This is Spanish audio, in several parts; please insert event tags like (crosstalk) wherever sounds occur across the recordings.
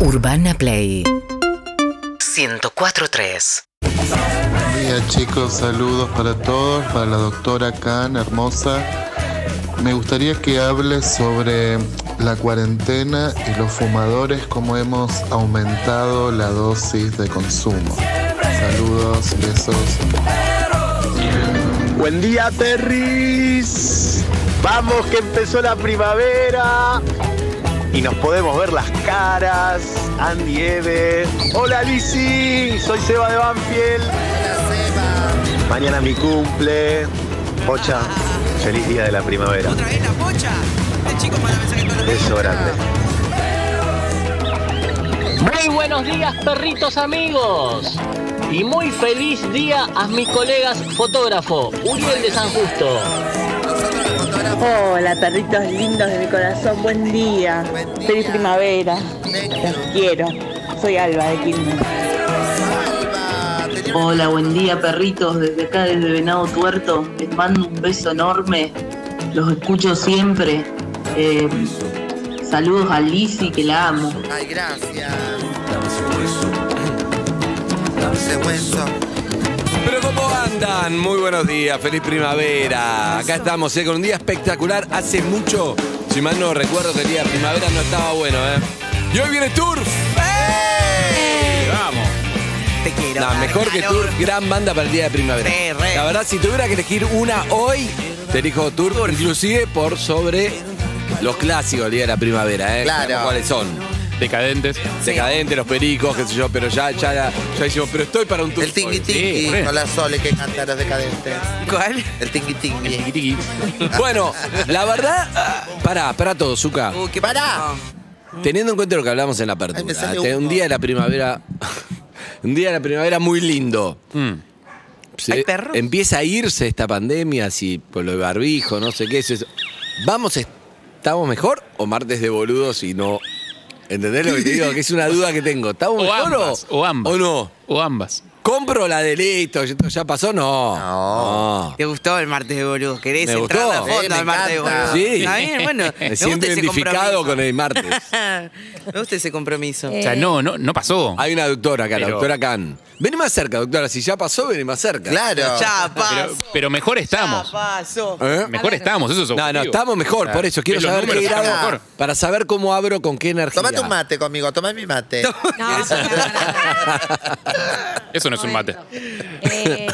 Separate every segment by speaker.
Speaker 1: Urbana Play 104.3
Speaker 2: Buen día chicos, saludos para todos, para la doctora Khan, hermosa. Me gustaría que hable sobre la cuarentena y los fumadores, cómo hemos aumentado la dosis de consumo. Saludos, besos.
Speaker 3: Buen día, Terris. Vamos que empezó la primavera. Y nos podemos ver las caras. Andy Eve. Hola, Lisi. Soy Seba de Banfield. Mañana mi cumple. Pocha, feliz día de la primavera.
Speaker 4: Otra vez la pocha. Este chico manda mensaje todos los días.
Speaker 3: Beso grande.
Speaker 5: Muy buenos días, perritos amigos. Y muy feliz día a mis colegas fotógrafo, Uriel de San Justo.
Speaker 6: Hola, perritos lindos de mi corazón, buen día. Feliz primavera. Los quiero. Soy Alba de Quilmes.
Speaker 7: Hola, buen día perritos, desde acá, desde Venado Tuerto, les mando un beso enorme, los escucho siempre. Eh, saludos a Lizzy, que la amo.
Speaker 4: Ay, gracias. Dame ese hueso.
Speaker 8: Pero ¿cómo andan? Muy buenos días, feliz primavera. Acá estamos, eh, con un día espectacular. Hace mucho, si mal no recuerdo, que el día de primavera no estaba bueno, ¿eh? Y hoy viene Turf. ¡Ey! Vamos.
Speaker 4: Te quiero.
Speaker 8: Nah,
Speaker 4: dar
Speaker 8: mejor que
Speaker 4: calor.
Speaker 8: Turf, gran banda para el día de primavera.
Speaker 4: Sí, re.
Speaker 8: La verdad, si tuviera que elegir una hoy, te elijo Turf, inclusive por sobre los clásicos del día de la primavera, ¿eh?
Speaker 4: Claro.
Speaker 8: Sabemos ¿Cuáles son?
Speaker 9: Decadentes.
Speaker 8: Decadentes, los pericos, qué sé yo, pero ya, ya, ya hicimos, pero estoy para un Turf.
Speaker 4: El tingui
Speaker 8: hoy.
Speaker 4: tingui
Speaker 9: Sí, re.
Speaker 4: con la sole que canta los decadentes. ¿Cuál? El tingui tingui.
Speaker 9: Tiki-tiki.
Speaker 8: Bueno, la verdad, ah, pará, pará todo, Zuka.
Speaker 4: Uh, que pará.
Speaker 8: Teniendo en cuenta lo que hablamos en la
Speaker 4: Ay, me
Speaker 8: apertura,
Speaker 4: sale
Speaker 8: te- un
Speaker 4: humo.
Speaker 8: día de la primavera, (laughs) un día de la primavera muy lindo.
Speaker 9: Mm.
Speaker 8: Se-
Speaker 4: Ay, perro.
Speaker 8: Empieza a irse esta pandemia, si por lo de barbijo, no sé qué es eso. ¿Vamos, estamos mejor o martes de boludos y no? ¿Entendés lo que te digo? Que es una duda que tengo. ¿Estamos
Speaker 9: (laughs) O
Speaker 8: mejor
Speaker 9: ambas. O ambas.
Speaker 8: ¿O no?
Speaker 9: O ambas.
Speaker 8: ¿Compro la de listo? ¿Ya- ¿Ya pasó? No.
Speaker 4: No.
Speaker 8: No.
Speaker 10: ¿Te gustó el martes de boludo? ¿Querés
Speaker 8: Me
Speaker 10: entrar
Speaker 8: gustó.
Speaker 10: a fondo
Speaker 4: Sí, me
Speaker 10: al martes de
Speaker 4: encanta.
Speaker 10: boludo?
Speaker 8: Sí.
Speaker 10: Está bien, bueno.
Speaker 8: (laughs) Me siento identificado con el martes.
Speaker 10: el... me gusta ese compromiso.
Speaker 11: Eh,
Speaker 9: O sea, no, no, no pasó.
Speaker 8: Hay una doctora acá, la
Speaker 9: Pero-
Speaker 8: doctora Khan. Vení más cerca, doctora. Si ya pasó, vení más cerca.
Speaker 4: Claro.
Speaker 10: Ya
Speaker 9: Pero,
Speaker 10: pasó.
Speaker 9: pero mejor
Speaker 10: Ya
Speaker 9: estamos.
Speaker 10: pasó.
Speaker 8: ¿Eh?
Speaker 9: Mejor estamos, eso es
Speaker 8: No, no,
Speaker 9: objetivo.
Speaker 8: estamos mejor, por eso quiero
Speaker 9: Ve los
Speaker 8: saber qué
Speaker 9: números,
Speaker 8: grado.
Speaker 9: estamos mejor.
Speaker 8: Para saber cómo abro, con qué energía.
Speaker 4: Toma tu mate conmigo, toma mi mate.
Speaker 11: No, pará, pará,
Speaker 8: (laughs)
Speaker 11: pará.
Speaker 9: Eso no es un mate.
Speaker 11: Eh,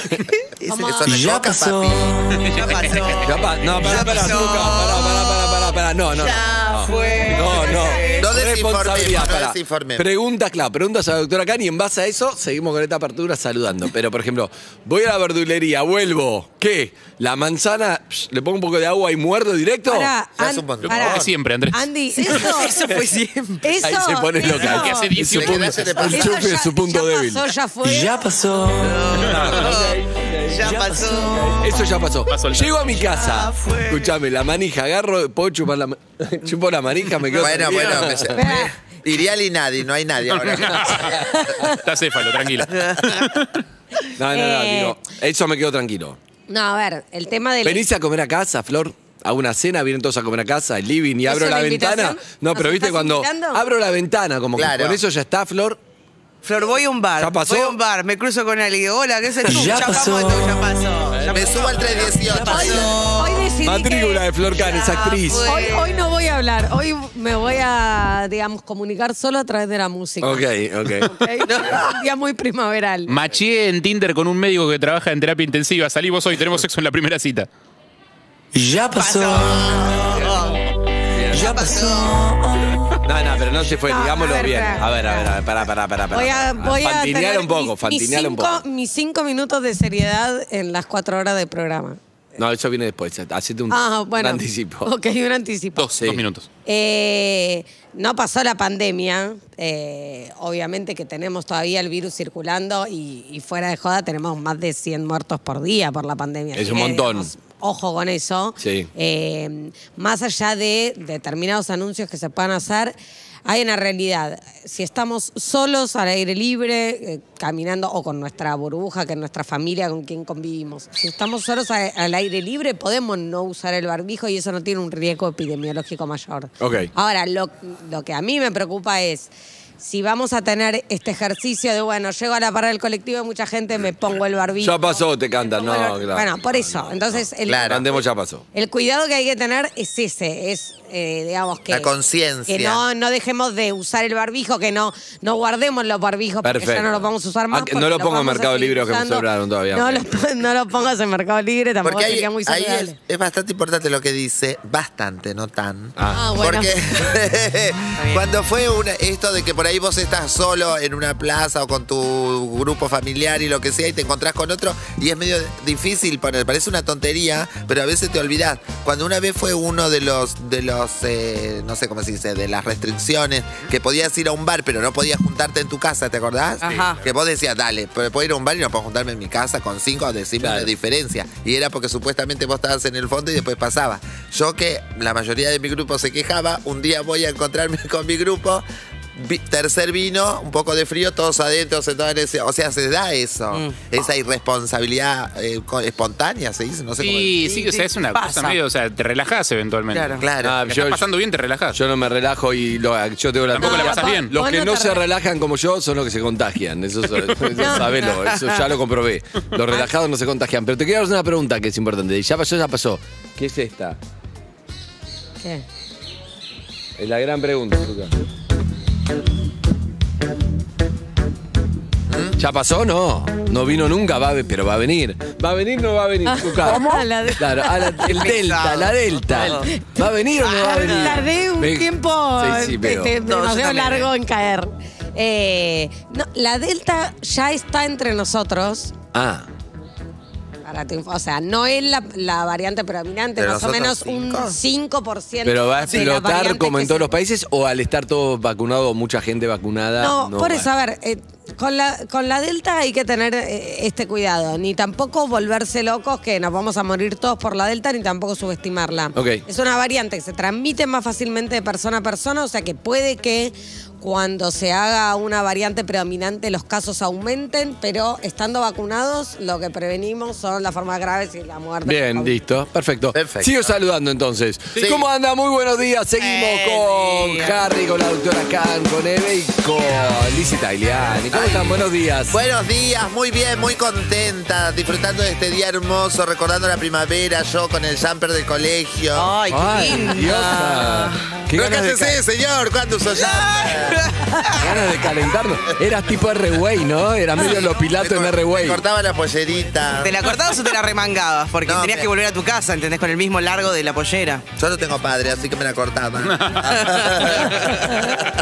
Speaker 4: Ese
Speaker 11: como-
Speaker 4: que son las
Speaker 8: Ya
Speaker 4: chocas,
Speaker 8: pasó.
Speaker 4: papi.
Speaker 10: Ya pasó.
Speaker 8: Ya pa- no, pará,
Speaker 10: Ya
Speaker 8: pará,
Speaker 10: pasó.
Speaker 8: Zucca, pará, pará, pará, pará, pará, no, no.
Speaker 10: Ya
Speaker 8: no.
Speaker 10: fue.
Speaker 8: No, no.
Speaker 4: No desinformemos,
Speaker 8: Responsabilidad,
Speaker 4: no
Speaker 8: pará.
Speaker 4: desinformemos.
Speaker 8: Preguntas, claro, preguntas a la doctora Khan y en base a eso seguimos con esta apertura saludando. Pero, por ejemplo, voy a la verdulería, vuelvo. ¿Qué? ¿La manzana psh, le pongo un poco de agua y muerdo directo?
Speaker 6: Ah,
Speaker 11: pará,
Speaker 4: Ya
Speaker 11: An-
Speaker 4: es un montón.
Speaker 11: pará.
Speaker 9: Lo que siempre, Andrés.
Speaker 11: Ah, Andy,
Speaker 6: (laughs)
Speaker 11: eso,
Speaker 10: Eso fue siempre.
Speaker 11: eso-
Speaker 8: Ahí se pone
Speaker 11: eso-
Speaker 8: loca.
Speaker 9: Que hace
Speaker 8: Es su
Speaker 9: 18
Speaker 8: punto-
Speaker 4: meses de
Speaker 8: el
Speaker 11: eso
Speaker 8: chupe
Speaker 11: ya-
Speaker 8: es su punto
Speaker 11: ya
Speaker 8: débil.
Speaker 11: Pasó, ya fue.
Speaker 8: pasó.
Speaker 10: Ya pasó.
Speaker 8: Eso ya pasó.
Speaker 9: Pasó el-
Speaker 8: Llego a mi casa. Escuchame, la manija, agarro, puedo chupar la ma- (laughs) chupo la manija, me quedo.
Speaker 4: Bueno,
Speaker 8: tranquilo.
Speaker 4: bueno. me- Iría y nadie, no hay nadie ahora.
Speaker 9: Está
Speaker 11: (laughs)
Speaker 9: céfalo, tranquila.
Speaker 8: No, no, no,
Speaker 11: Eh.
Speaker 8: digo, eso me quedo tranquilo.
Speaker 11: No, a ver, el tema del.
Speaker 8: Venís a comer a casa, Flor. A una cena, vienen todos a comer a casa, el living, y
Speaker 11: ¿Es
Speaker 8: abro
Speaker 11: una
Speaker 8: la ventana.
Speaker 11: invitación?
Speaker 8: No, pero
Speaker 11: ¿Nos
Speaker 8: viste
Speaker 11: estás
Speaker 8: cuando
Speaker 11: invitando?
Speaker 8: abro la ventana, como que
Speaker 4: Claro.
Speaker 8: con eso ya está, Flor.
Speaker 10: Flor, voy a un bar.
Speaker 8: ¿Ya pasó?
Speaker 10: Voy a un bar, me cruzo con alguien. Hola, ¿qué haces tú?
Speaker 8: Ya pasó.
Speaker 10: vamos, tú, ya pasó. Ya
Speaker 4: Me subo al 318.
Speaker 11: Hoy, hoy decidí
Speaker 8: Matrícula
Speaker 11: que-
Speaker 8: de Flor Can, es actriz.
Speaker 10: fue.
Speaker 11: Hoy, hoy no voy a hablar, hoy me voy a, digamos, comunicar solo a través de la música.
Speaker 8: Ok, ok.
Speaker 11: ¿ok? Un día muy primaveral.
Speaker 9: Maché en Tinder con un médico que trabaja en terapia intensiva. Salí vos hoy, tenemos sexo en la primera cita.
Speaker 8: Ya
Speaker 10: Ya pasó.
Speaker 8: No, no, pero no se fue,
Speaker 11: No,
Speaker 8: digámoslo
Speaker 11: a ver,
Speaker 8: bien.
Speaker 11: pará.
Speaker 8: A ver, a ver, a ver, pará, pará, pará. pará.
Speaker 11: Voy a, voy a
Speaker 8: Fantinear
Speaker 11: tener
Speaker 8: un poco,
Speaker 11: mis-
Speaker 8: fantinear
Speaker 11: mis
Speaker 8: un
Speaker 11: cinco-
Speaker 8: poco.
Speaker 11: Mis cinco minutos de seriedad en las cuatro horas de programa.
Speaker 8: No, eso viene después. Hacete un,
Speaker 11: Ah,
Speaker 8: un
Speaker 11: bueno.
Speaker 8: anticipo.
Speaker 11: Ok, un anticipo.
Speaker 9: Dos,
Speaker 8: Sí.
Speaker 9: dos minutos.
Speaker 11: Eh, no pasó la pandemia, eh, obviamente que tenemos todavía el virus circulando y, y fuera de joda tenemos más de 100 muertos por día por la pandemia.
Speaker 8: Es
Speaker 11: Así
Speaker 8: un
Speaker 11: que,
Speaker 8: montón.
Speaker 11: ojo con eso.
Speaker 8: Sí.
Speaker 11: Eh, más allá de determinados anuncios que se puedan hacer, hay una realidad. Si estamos solos al aire libre, eh, caminando o con nuestra burbuja, que es nuestra familia con quien convivimos, si estamos solos a- al aire libre, podemos no usar el barbijo y eso no tiene un riesgo epidemiológico mayor.
Speaker 8: Ok.
Speaker 11: Ahora, lo, lo que a mí me preocupa es si vamos a tener este ejercicio de, bueno, llego a la parada del colectivo y mucha gente me pongo el barbijo.
Speaker 8: Ya pasó, te cantan. No, claro.
Speaker 11: Bueno, por eso. Entonces, el,
Speaker 8: Claro. Andemos, ya pasó.
Speaker 11: el cuidado que hay que tener es ese, es, eh, digamos, que...
Speaker 4: La conciencia.
Speaker 11: Que no, no dejemos de usar el barbijo, que no, no guardemos los barbijos porque ya no los vamos a usar más.
Speaker 8: Ah, que
Speaker 11: porque
Speaker 8: No lo
Speaker 11: los
Speaker 8: pongo en
Speaker 11: vamos a
Speaker 8: Mercado
Speaker 11: seguir
Speaker 8: Libre, que me
Speaker 11: usando.
Speaker 8: sobraron todavía.
Speaker 11: No los pon- (laughs) no los pongas en Mercado Libre, tampoco
Speaker 4: Porque ahí,
Speaker 11: sería muy
Speaker 4: ahí
Speaker 11: saludable.
Speaker 4: es, es bastante importante lo que dice, bastante, no tan.
Speaker 11: Ah, bueno.
Speaker 4: Porque (laughs) cuando fue una- esto de que por ahí vos estás solo en una plaza o con tu grupo familiar y lo que sea y te encontrás con otro y es medio difícil poner, parece una tontería, pero a veces te olvidás. Cuando una vez fue uno de los, de los eh, no sé cómo se dice, de las restricciones, que podías ir a un bar pero no podías juntarte en tu casa, ¿te acordás?
Speaker 10: Ajá.
Speaker 4: Que vos decías, dale, pero puedo ir a un bar y no puedo juntarme en mi casa con cinco o decirme
Speaker 8: Claro.
Speaker 4: de diferencia. Y era porque supuestamente vos estabas en el fondo y después pasaba. Yo que la mayoría de mi grupo se quejaba, un día voy a encontrarme (laughs) con mi grupo. vi- tercer vino, un poco de frío, todos adentro, sentados en ese. O sea, se da eso.
Speaker 11: Mm.
Speaker 4: Esa irresponsabilidad eh, co- espontánea, se dice, no sé cómo
Speaker 9: Sí,
Speaker 4: decir.
Speaker 9: sí, o sea, es una
Speaker 10: Pasa.
Speaker 9: cosa medio, o sea, te relajás eventualmente.
Speaker 10: Claro.
Speaker 4: Claro.
Speaker 8: Ah,
Speaker 9: La
Speaker 8: yo,
Speaker 9: estás pasando bien, te relajás.
Speaker 8: yo no me relajo y lo- yo tengo la
Speaker 9: Tampoco
Speaker 8: culpa.
Speaker 9: la pasás bien.
Speaker 8: Los
Speaker 11: Vos
Speaker 8: que
Speaker 11: no
Speaker 8: no
Speaker 11: te
Speaker 8: se
Speaker 11: relajas.
Speaker 8: relajan como yo son los que se contagian.
Speaker 11: (laughs)
Speaker 8: Eso, es- eso es- sabelo, eso ya lo comprobé. Los relajados no se contagian. Pero te quiero hacer una pregunta que es importante. Y Ya pasó, ya pasó. ¿Qué es esta?
Speaker 11: ¿Qué?
Speaker 8: Es la gran pregunta, Zucca.
Speaker 11: ¿Eh?
Speaker 8: ¿Ya pasó? No. No vino nunca, va a, ve- pero va a venir. ¿Va a venir o no va a venir, Zucca?
Speaker 11: Ah, A la de-
Speaker 8: Claro, a la-
Speaker 11: (laughs)
Speaker 8: el delta, la delta. ¿Va a venir o no va a venir?
Speaker 11: Tardé Ah, un
Speaker 8: Me-
Speaker 11: tiempo
Speaker 8: Sí, sí, pero-
Speaker 11: este,
Speaker 10: No, yo
Speaker 11: demasiado
Speaker 10: también,
Speaker 11: largo en caer. Eh, no, la Delta ya está entre nosotros.
Speaker 8: Ah,
Speaker 11: para tu info- o sea, no es la, la variante predominante,
Speaker 4: Pero
Speaker 11: más o menos
Speaker 4: nosotros
Speaker 11: un 5%.
Speaker 8: pero va a
Speaker 11: de las
Speaker 8: explotar
Speaker 11: variantes
Speaker 8: como en
Speaker 11: que
Speaker 8: todos
Speaker 11: se-
Speaker 8: los países o al estar todo vacunado o mucha gente vacunada.
Speaker 11: No, por
Speaker 8: va-
Speaker 11: eso, a ver, eh, con, la, con la Delta hay que tener eh, este cuidado, ni tampoco volverse locos que nos vamos a morir todos por la Delta, ni tampoco subestimarla.
Speaker 8: Ok.
Speaker 11: Es una variante que se transmite más fácilmente de persona a persona, o sea que puede que cuando se haga una variante predominante los casos aumenten, pero estando vacunados lo que prevenimos son las formas graves y la muerte.
Speaker 8: Bien, listo, perfecto.
Speaker 4: Perfecto.
Speaker 8: Sigo saludando entonces.
Speaker 4: Sí.
Speaker 8: ¿Cómo anda? Muy buenos días. Seguimos con
Speaker 10: día.
Speaker 8: Harry, con la doctora Khan, con Eve y con Lizzie Tagliani. ¿Cómo están? Buenos días.
Speaker 4: Buenos días, muy bien, muy contenta, disfrutando de este día hermoso, recordando la primavera, yo con el jumper del colegio.
Speaker 10: Ay,
Speaker 8: Ay,
Speaker 10: qué lindo.
Speaker 8: diosa. Qué
Speaker 4: ¿Pero qué
Speaker 8: ganas de,
Speaker 4: haces, eh, señor? ¿Cuándo usó jumper?
Speaker 8: ca- ganas de calentarnos. Eras tipo R-Way, ¿no?
Speaker 4: (laughs)
Speaker 8: Era medio los pilatos en
Speaker 4: Me cor-
Speaker 8: R-Way.
Speaker 4: me Cortaba la pollerita.
Speaker 10: ¿Te la cortabas o te la remangabas? Porque
Speaker 4: No,
Speaker 10: tenías
Speaker 4: me-
Speaker 10: que volver a tu casa, ¿entendés? Con el mismo largo de la pollera.
Speaker 4: Yo no tengo padre, así que me
Speaker 10: (laughs)
Speaker 4: la cortaba.
Speaker 10: (laughs)
Speaker 4: (laughs)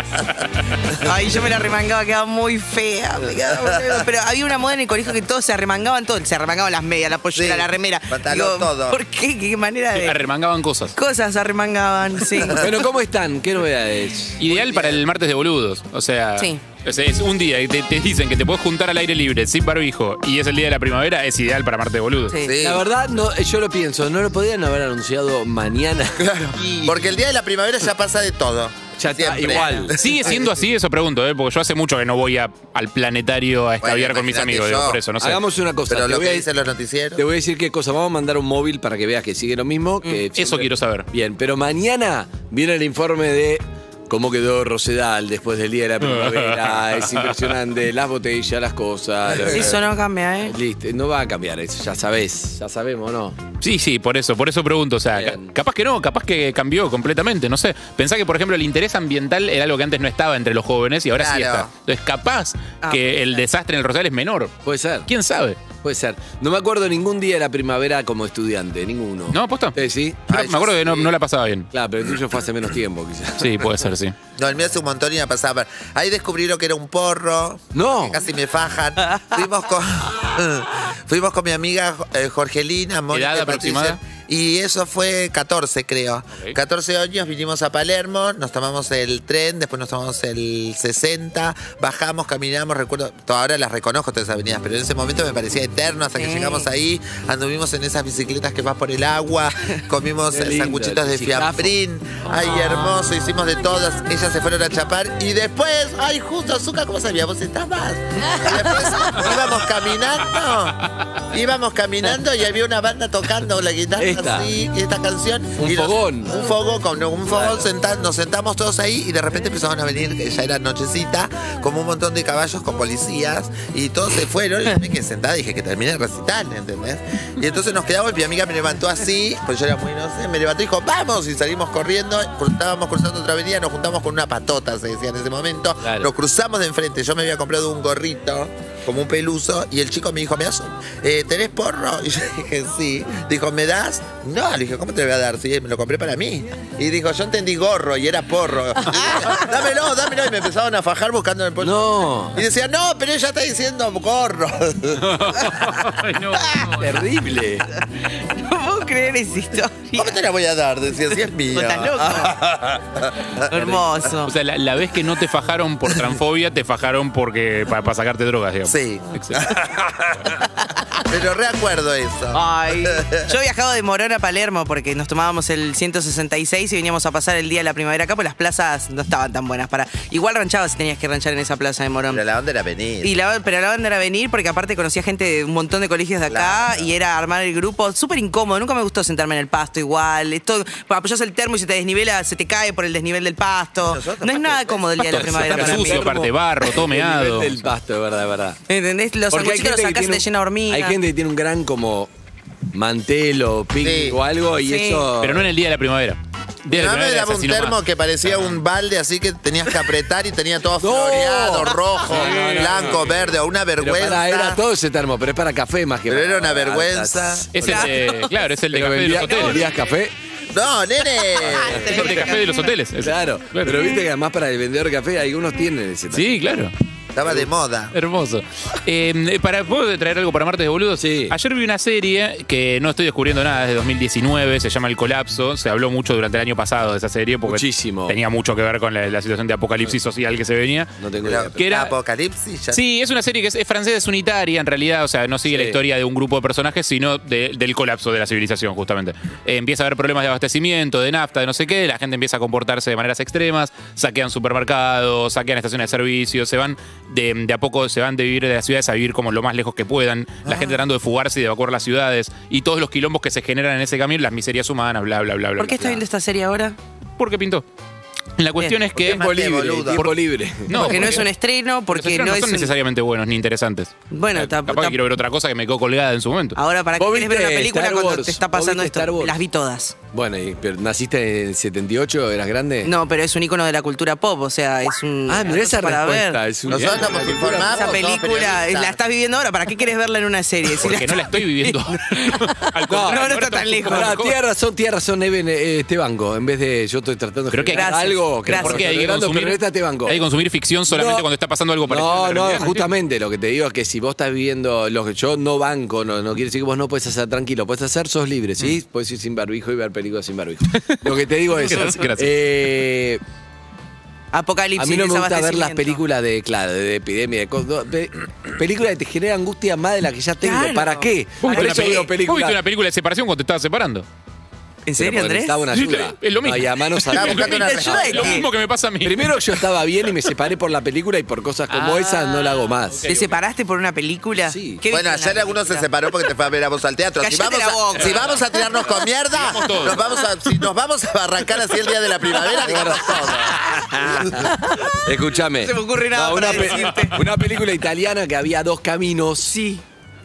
Speaker 10: Ay, yo me la remangaba, quedaba muy fea. me quedaba muy fea. (laughs) Pero había una moda en el colegio que todos se arremangaban, todo. Se arremangaban las medias, la pollera,
Speaker 4: Sí,
Speaker 10: la remera.
Speaker 4: pantalón, todo.
Speaker 10: ¿Por qué? ¿Qué manera de...?
Speaker 9: Arremangaban cosas.
Speaker 10: Cosas se arremangaban, sí.
Speaker 8: Bueno, ¿cómo están? ¿Qué novedades?
Speaker 9: Ideal para el martes de boludos. O sea,
Speaker 10: Sí.
Speaker 9: o sea, es un día y te, te dicen que te puedes juntar al aire libre sin barbijo y es el día de la primavera, es ideal para martes de boludos.
Speaker 10: Sí.
Speaker 4: Sí.
Speaker 8: La verdad, no, eh, yo lo pienso, no lo podían haber anunciado
Speaker 9: (laughs)
Speaker 8: mañana. Claro.
Speaker 4: Porque el día de la primavera ya pasa de todo.
Speaker 8: Ya está,
Speaker 4: Siempre.
Speaker 8: igual.
Speaker 9: ¿Sigue siendo así? Eso pregunto, ¿eh? porque yo hace mucho que no voy a- al planetario a escabiar con mis
Speaker 4: imagínate
Speaker 9: amigos,
Speaker 4: yo.
Speaker 9: digo, por eso, no sé.
Speaker 8: Hagamos una cosa.
Speaker 4: Pero
Speaker 8: te
Speaker 4: lo
Speaker 8: voy a-
Speaker 4: que dicen los
Speaker 8: Te
Speaker 4: noticieros.
Speaker 8: voy a decir qué cosa. Vamos a mandar un móvil para que veas que sigue lo mismo. que siempre-
Speaker 9: Mm, quiero saber.
Speaker 8: Bien, pero mañana viene el informe de cómo quedó Rosedal después del día de la
Speaker 9: (laughs)
Speaker 8: primavera. es impresionante. Las botellas, las cosas. lo-
Speaker 10: Eso no cambia, ¿eh?
Speaker 8: Listo, no va a cambiar eso, ya sabés, ya sabemos, ¿no?
Speaker 9: Sí, sí, por eso, por eso pregunto. O sea, ca-
Speaker 8: Bien.
Speaker 9: capaz que no, capaz que cambió completamente, no sé. Pensá que, por ejemplo, el interés ambiental era algo que antes no estaba entre los jóvenes y ahora sí
Speaker 4: Claro.
Speaker 9: está. Entonces, capaz
Speaker 10: Ah,
Speaker 9: que el desastre en el Rosal es menor.
Speaker 8: Puede ser,
Speaker 9: ¿Quién sabe?
Speaker 8: puede ser. No me acuerdo ningún día de la primavera como estudiante, ninguno.
Speaker 9: ¿No, posta?
Speaker 8: Eh, sí.
Speaker 9: Yo
Speaker 8: Ay,
Speaker 9: me acuerdo
Speaker 8: yo
Speaker 9: que no,
Speaker 8: sí.
Speaker 9: no la pasaba bien.
Speaker 8: Claro, pero el tuyo fue hace menos tiempo, quizás.
Speaker 9: Sí, puede ser, sí.
Speaker 4: No, el mío hace un montón y me pasaba. Ahí descubrí lo que era un porro.
Speaker 8: No.
Speaker 4: que Casi me
Speaker 8: (laughs)
Speaker 4: fajan. Fuimos con, (laughs) fuimos con mi amiga eh, Jorgelina, Mónica
Speaker 9: ¿Edad
Speaker 4: y Patricia.
Speaker 9: aproximada?
Speaker 4: Y eso fue 14, creo.
Speaker 9: Ok.
Speaker 4: 14 años, vinimos a Palermo, nos tomamos el tren, después nos tomamos el 60, bajamos, caminamos, recuerdo, to- ahora las reconozco todas esas avenidas, pero en ese momento me parecía eterno hasta que
Speaker 10: Sí.
Speaker 4: llegamos ahí, anduvimos en esas bicicletas que vas por el agua, comimos
Speaker 8: (laughs) Qué lindo,
Speaker 4: sanguchitos
Speaker 8: el
Speaker 4: de
Speaker 8: biciclafo.
Speaker 4: fiambrín, ay
Speaker 8: Ah.
Speaker 4: hermoso, hicimos de todas, ellas se fueron a chapar y después, ay
Speaker 8: (laughs)
Speaker 4: justo, Azúcar, ¿cómo sabíamos? Estabas. Y después íbamos caminando íbamos caminando y había una banda tocando la guitarra
Speaker 8: Esta.
Speaker 4: así, y esta canción.
Speaker 8: Un
Speaker 4: y nos-
Speaker 8: fogón.
Speaker 4: un fogón, con un fogón, senta- nos sentamos todos ahí y de repente empezaron a venir, que ya era nochecita, como un montón de caballos con policías y todos se fueron. Y yo me quedé sentada dije que termine el recital, ¿entendés? Y entonces nos quedamos y mi amiga me levantó así, pues yo era muy inocente, me levantó y dijo, vamos, y salimos corriendo, cru- estábamos cruzando otra avenida, nos juntamos con una patota, se decía en ese momento,
Speaker 8: Claro.
Speaker 4: nos cruzamos de enfrente, yo me había comprado un gorrito. Como un peluso, y el chico me dijo, ¿me das? eh, ¿Tenés porro? (laughs) Y yo dije, sí. Dijo, ¿me das? No, le dije, ¿cómo te lo voy a dar? Sí, me lo compré para mí. Y dijo, yo entendí gorro y
Speaker 10: (laughs)
Speaker 4: era porro. Y dije, dámelo, dámelo. Y me empezaron a fajar buscando en el porro.
Speaker 8: No.
Speaker 4: Y decía, no, pero ella está diciendo
Speaker 10: (laughs)
Speaker 4: gorro.
Speaker 9: (laughs) Ay, no, no.
Speaker 10: (laughs)
Speaker 8: Terrible.
Speaker 10: (laughs) No puedo creer esa historia.
Speaker 4: ¿Cómo te la voy a dar? Decía, si
Speaker 10: (laughs)
Speaker 4: es mía.
Speaker 10: Vos estás loco. Hermoso.
Speaker 9: (laughs) O sea, la, la vez que no te fajaron por transfobia, te fajaron porque para sacarte drogas,
Speaker 4: (laughs)
Speaker 9: digamos.
Speaker 4: Sí.
Speaker 9: Excelente.
Speaker 4: (laughs) Pero reacuerdo eso. (laughs)
Speaker 10: Ay, yo he viajado de Morón a Palermo porque nos tomábamos el 166 y veníamos a pasar el día de la primavera acá, porque las plazas no estaban tan buenas para. Igual ranchabas si tenías que ranchar en esa plaza de Morón.
Speaker 4: Pero la onda era venir.
Speaker 10: Y la, pero la banda era venir porque aparte conocía gente de un montón de colegios de acá
Speaker 4: Claro.
Speaker 10: y era armar el grupo. Súper incómodo, nunca me gustó sentarme en el pasto igual. Esto, apoyas pues el termo y se te desnivela, se te cae por el desnivel del pasto.
Speaker 4: Nosotros,
Speaker 10: no es nada cómodo el día de la
Speaker 9: Pasto,
Speaker 10: primavera
Speaker 9: está
Speaker 10: para mí.
Speaker 9: sucio, aparte barro, todo
Speaker 8: (laughs)
Speaker 9: meado.
Speaker 8: El pasto, de verdad, de verdad.
Speaker 10: ¿Entendés? Los
Speaker 8: Porque hay
Speaker 10: sanguchitos los
Speaker 8: gente
Speaker 10: sacás
Speaker 8: que
Speaker 10: y
Speaker 8: tiene
Speaker 10: te
Speaker 8: un-
Speaker 10: llena de hormiga.
Speaker 8: Hay gente que tiene un gran como mantel o picnic
Speaker 4: Sí.
Speaker 8: o algo y
Speaker 10: Sí.
Speaker 8: eso.
Speaker 9: Pero no en el día de la primavera. Día de la
Speaker 4: No me
Speaker 9: primavera
Speaker 4: daba
Speaker 9: es
Speaker 4: un
Speaker 9: así nomás.
Speaker 4: termo que parecía un balde, así que tenías que apretar y tenía todo
Speaker 8: No.
Speaker 4: floreado, rojo,
Speaker 8: No, no, no,
Speaker 4: blanco, verde, una
Speaker 8: Pero
Speaker 4: vergüenza.
Speaker 8: para, era todo ese termo, pero es para café más que
Speaker 4: Pero
Speaker 8: para-
Speaker 4: era una
Speaker 8: para-
Speaker 4: vergüenza.
Speaker 9: Es el de, claro, es el de
Speaker 8: Pero
Speaker 9: café de los
Speaker 8: vendía-
Speaker 9: hoteles.
Speaker 8: vendías café.
Speaker 4: No, nene.
Speaker 9: Es el de café de los hoteles. es-
Speaker 8: Claro. Pero viste que además para el vendedor de café algunos tienen ese termo.
Speaker 9: Sí, claro.
Speaker 4: Estaba de moda.
Speaker 9: Hermoso. Eh, para, ¿Puedo traer algo para martes de boludo?
Speaker 8: Sí.
Speaker 9: Ayer vi una serie que no estoy descubriendo nada, es de 2019, se llama El Colapso. Se habló mucho durante el año pasado de esa serie porque
Speaker 8: Muchísimo.
Speaker 9: tenía mucho que ver con la, la situación de apocalipsis social que se venía.
Speaker 8: No tengo idea.
Speaker 4: Pero,
Speaker 8: pero-
Speaker 9: ¿Qué era?
Speaker 4: Apocalipsis ya.
Speaker 9: Sí, es una serie que es, es francesa, es unitaria en realidad, o sea, no sigue
Speaker 8: Sí.
Speaker 9: la historia de un grupo de personajes, sino de- del colapso de la civilización, justamente. Eh, empieza a haber problemas de abastecimiento, de nafta, de no sé qué, la gente empieza a comportarse de maneras extremas, saquean supermercados, saquean estaciones de servicio, se van de, de a poco, se van de vivir de las ciudades a vivir como lo más lejos que puedan,
Speaker 10: Ah.
Speaker 9: la gente tratando de fugarse y de evacuar las ciudades, y todos los quilombos que se generan en ese camino, las miserias humanas, bla, bla, bla, bla.
Speaker 10: ¿Por qué
Speaker 9: bla.
Speaker 10: estás viendo esta serie ahora?
Speaker 9: Porque pintó. La cuestión
Speaker 10: Bien.
Speaker 9: es
Speaker 4: Porque
Speaker 9: que...
Speaker 4: es
Speaker 8: Tiempo
Speaker 4: Mate,
Speaker 8: libre,
Speaker 4: boludo.
Speaker 8: tiempo libre.
Speaker 9: No,
Speaker 10: porque no es un estreno,
Speaker 9: los
Speaker 10: porque
Speaker 9: estrenos
Speaker 10: no
Speaker 9: no
Speaker 10: es
Speaker 9: son
Speaker 10: un-
Speaker 9: necesariamente buenos ni interesantes.
Speaker 10: Bueno,
Speaker 9: Eh,
Speaker 10: tap-
Speaker 9: capaz que
Speaker 10: tap-
Speaker 9: quiero ver otra cosa que me quedó colgada en su momento.
Speaker 10: Ahora, ¿para qué
Speaker 8: ¿Vos
Speaker 10: quieres ver una
Speaker 8: viste
Speaker 10: película
Speaker 8: Star
Speaker 10: cuando
Speaker 8: Wars?
Speaker 10: te está
Speaker 8: ¿Vos
Speaker 10: pasando
Speaker 8: viste Star
Speaker 10: esto?
Speaker 8: Wars?
Speaker 10: Las vi todas.
Speaker 8: Bueno, y, pero naciste en 78, eras grande.
Speaker 10: No, pero es un icono de la cultura pop, o sea, es un.
Speaker 8: Ah, mirá esa
Speaker 10: para
Speaker 8: respuesta.
Speaker 10: ver.
Speaker 8: Es un-
Speaker 4: Nosotros estamos informados.
Speaker 10: Esa
Speaker 4: somos
Speaker 10: película
Speaker 4: periodistas.
Speaker 10: la estás viviendo ahora, ¿para qué quieres verla en una serie? Si
Speaker 9: Porque no la estoy viviendo. Al
Speaker 10: No,
Speaker 9: contrario,
Speaker 10: no está
Speaker 9: Alberto,
Speaker 10: tan lejos.
Speaker 9: ¿cómo-
Speaker 8: Pará,
Speaker 9: cómo-
Speaker 8: tiene razón, tiene razón Eben, eh, este banco. En vez de yo estoy tratando de
Speaker 9: Creo que hay-
Speaker 8: generar
Speaker 10: Gracias,
Speaker 8: algo que
Speaker 10: gracias.
Speaker 9: ¿Por qué hay que
Speaker 8: Fernando
Speaker 9: consumir,
Speaker 8: Perreta, este banco.
Speaker 9: hay que consumir ficción solamente
Speaker 8: No.
Speaker 9: cuando está pasando algo parecido? a la
Speaker 8: No, no,
Speaker 9: realidad?
Speaker 8: justamente lo que te digo es que si vos estás viviendo lo que yo no banco, no, no quiere decir que vos no puedes hacer tranquilo, puedes hacer, sos libre, ¿sí?
Speaker 9: Mm.
Speaker 8: Puedes ir sin barbijo y ver películas sin barbijo. lo que te digo es.
Speaker 9: (laughs) Gracias, gracias.
Speaker 8: eh,
Speaker 10: Apocalipsis.
Speaker 8: a mí no me gusta ver
Speaker 10: desabastecimiento.
Speaker 8: las películas de, claro, de epidemia, de cosas. no, pe- películas que te generan angustia más de la que ya tengo.
Speaker 10: Claro.
Speaker 8: ¿Para qué?
Speaker 9: ¿Vos viste
Speaker 8: Por
Speaker 9: una
Speaker 8: eso
Speaker 9: peli-
Speaker 8: veo
Speaker 9: ¿Vos viste
Speaker 8: películas.
Speaker 9: una película de separación cuando te estabas separando?
Speaker 10: ¿En
Speaker 8: Pero
Speaker 10: serio,
Speaker 8: porque
Speaker 10: Andrés?
Speaker 8: necesitaba una
Speaker 9: Sí,
Speaker 8: ayuda.
Speaker 9: es lo mismo.
Speaker 8: No, y a mano
Speaker 9: (laughs)
Speaker 4: Estaba
Speaker 8: sacada.
Speaker 4: buscando una
Speaker 10: ayuda de
Speaker 9: Lo
Speaker 10: qué?
Speaker 9: mismo que me pasa a mí.
Speaker 8: Primero yo estaba bien y me separé por la película y por cosas como
Speaker 9: Ah,
Speaker 8: esas no la hago más.
Speaker 10: ¿Te separaste por una película?
Speaker 8: Sí.
Speaker 10: ¿Qué
Speaker 4: Bueno,
Speaker 10: viste en
Speaker 4: ayer
Speaker 10: la
Speaker 4: algunos se
Speaker 10: película?
Speaker 4: separó porque te fue a ver a vos al teatro. Si
Speaker 10: Cállate
Speaker 4: vamos,
Speaker 10: la
Speaker 4: a,
Speaker 10: boca.
Speaker 4: si vamos a tirarnos con mierda,
Speaker 9: Digamos todo.
Speaker 4: nos vamos a, si nos vamos a arrancar así el día de la primavera, digamos todo.
Speaker 8: Escúchame.
Speaker 10: No se me ocurre nada
Speaker 8: una,
Speaker 10: para decirte.
Speaker 8: una película italiana que había dos caminos.
Speaker 10: Sí.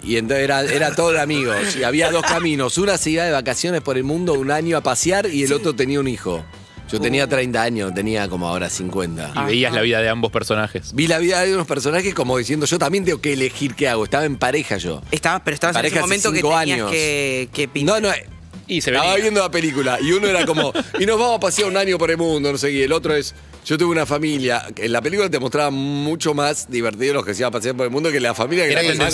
Speaker 8: Y entonces era, era todo de amigos. Y había dos caminos. Una se iba de vacaciones por el mundo un año a pasear y el otro tenía un hijo.
Speaker 10: Uh.
Speaker 8: Yo tenía 30 años, tenía como ahora 50.
Speaker 9: Y veías la vida de ambos personajes.
Speaker 8: Vi la vida de unos personajes como diciendo, yo también tengo que elegir qué hago. Estaba en pareja yo.
Speaker 10: Estabas, pero estabas en
Speaker 8: Pareja
Speaker 10: ese
Speaker 8: hace
Speaker 10: momento que
Speaker 8: cinco
Speaker 10: tenías
Speaker 8: años.
Speaker 10: que, Eh, que pintar.
Speaker 8: No, no,
Speaker 9: Y se
Speaker 8: Estaba
Speaker 9: veía.
Speaker 8: viendo la película y uno era como, y nos vamos a pasear un año por el mundo, no sé qué. El otro es, yo tuve una familia. que En la película te mostraba mucho más divertido los que se iban a pasear por el mundo que la familia que
Speaker 9: Era
Speaker 8: era,
Speaker 4: pero-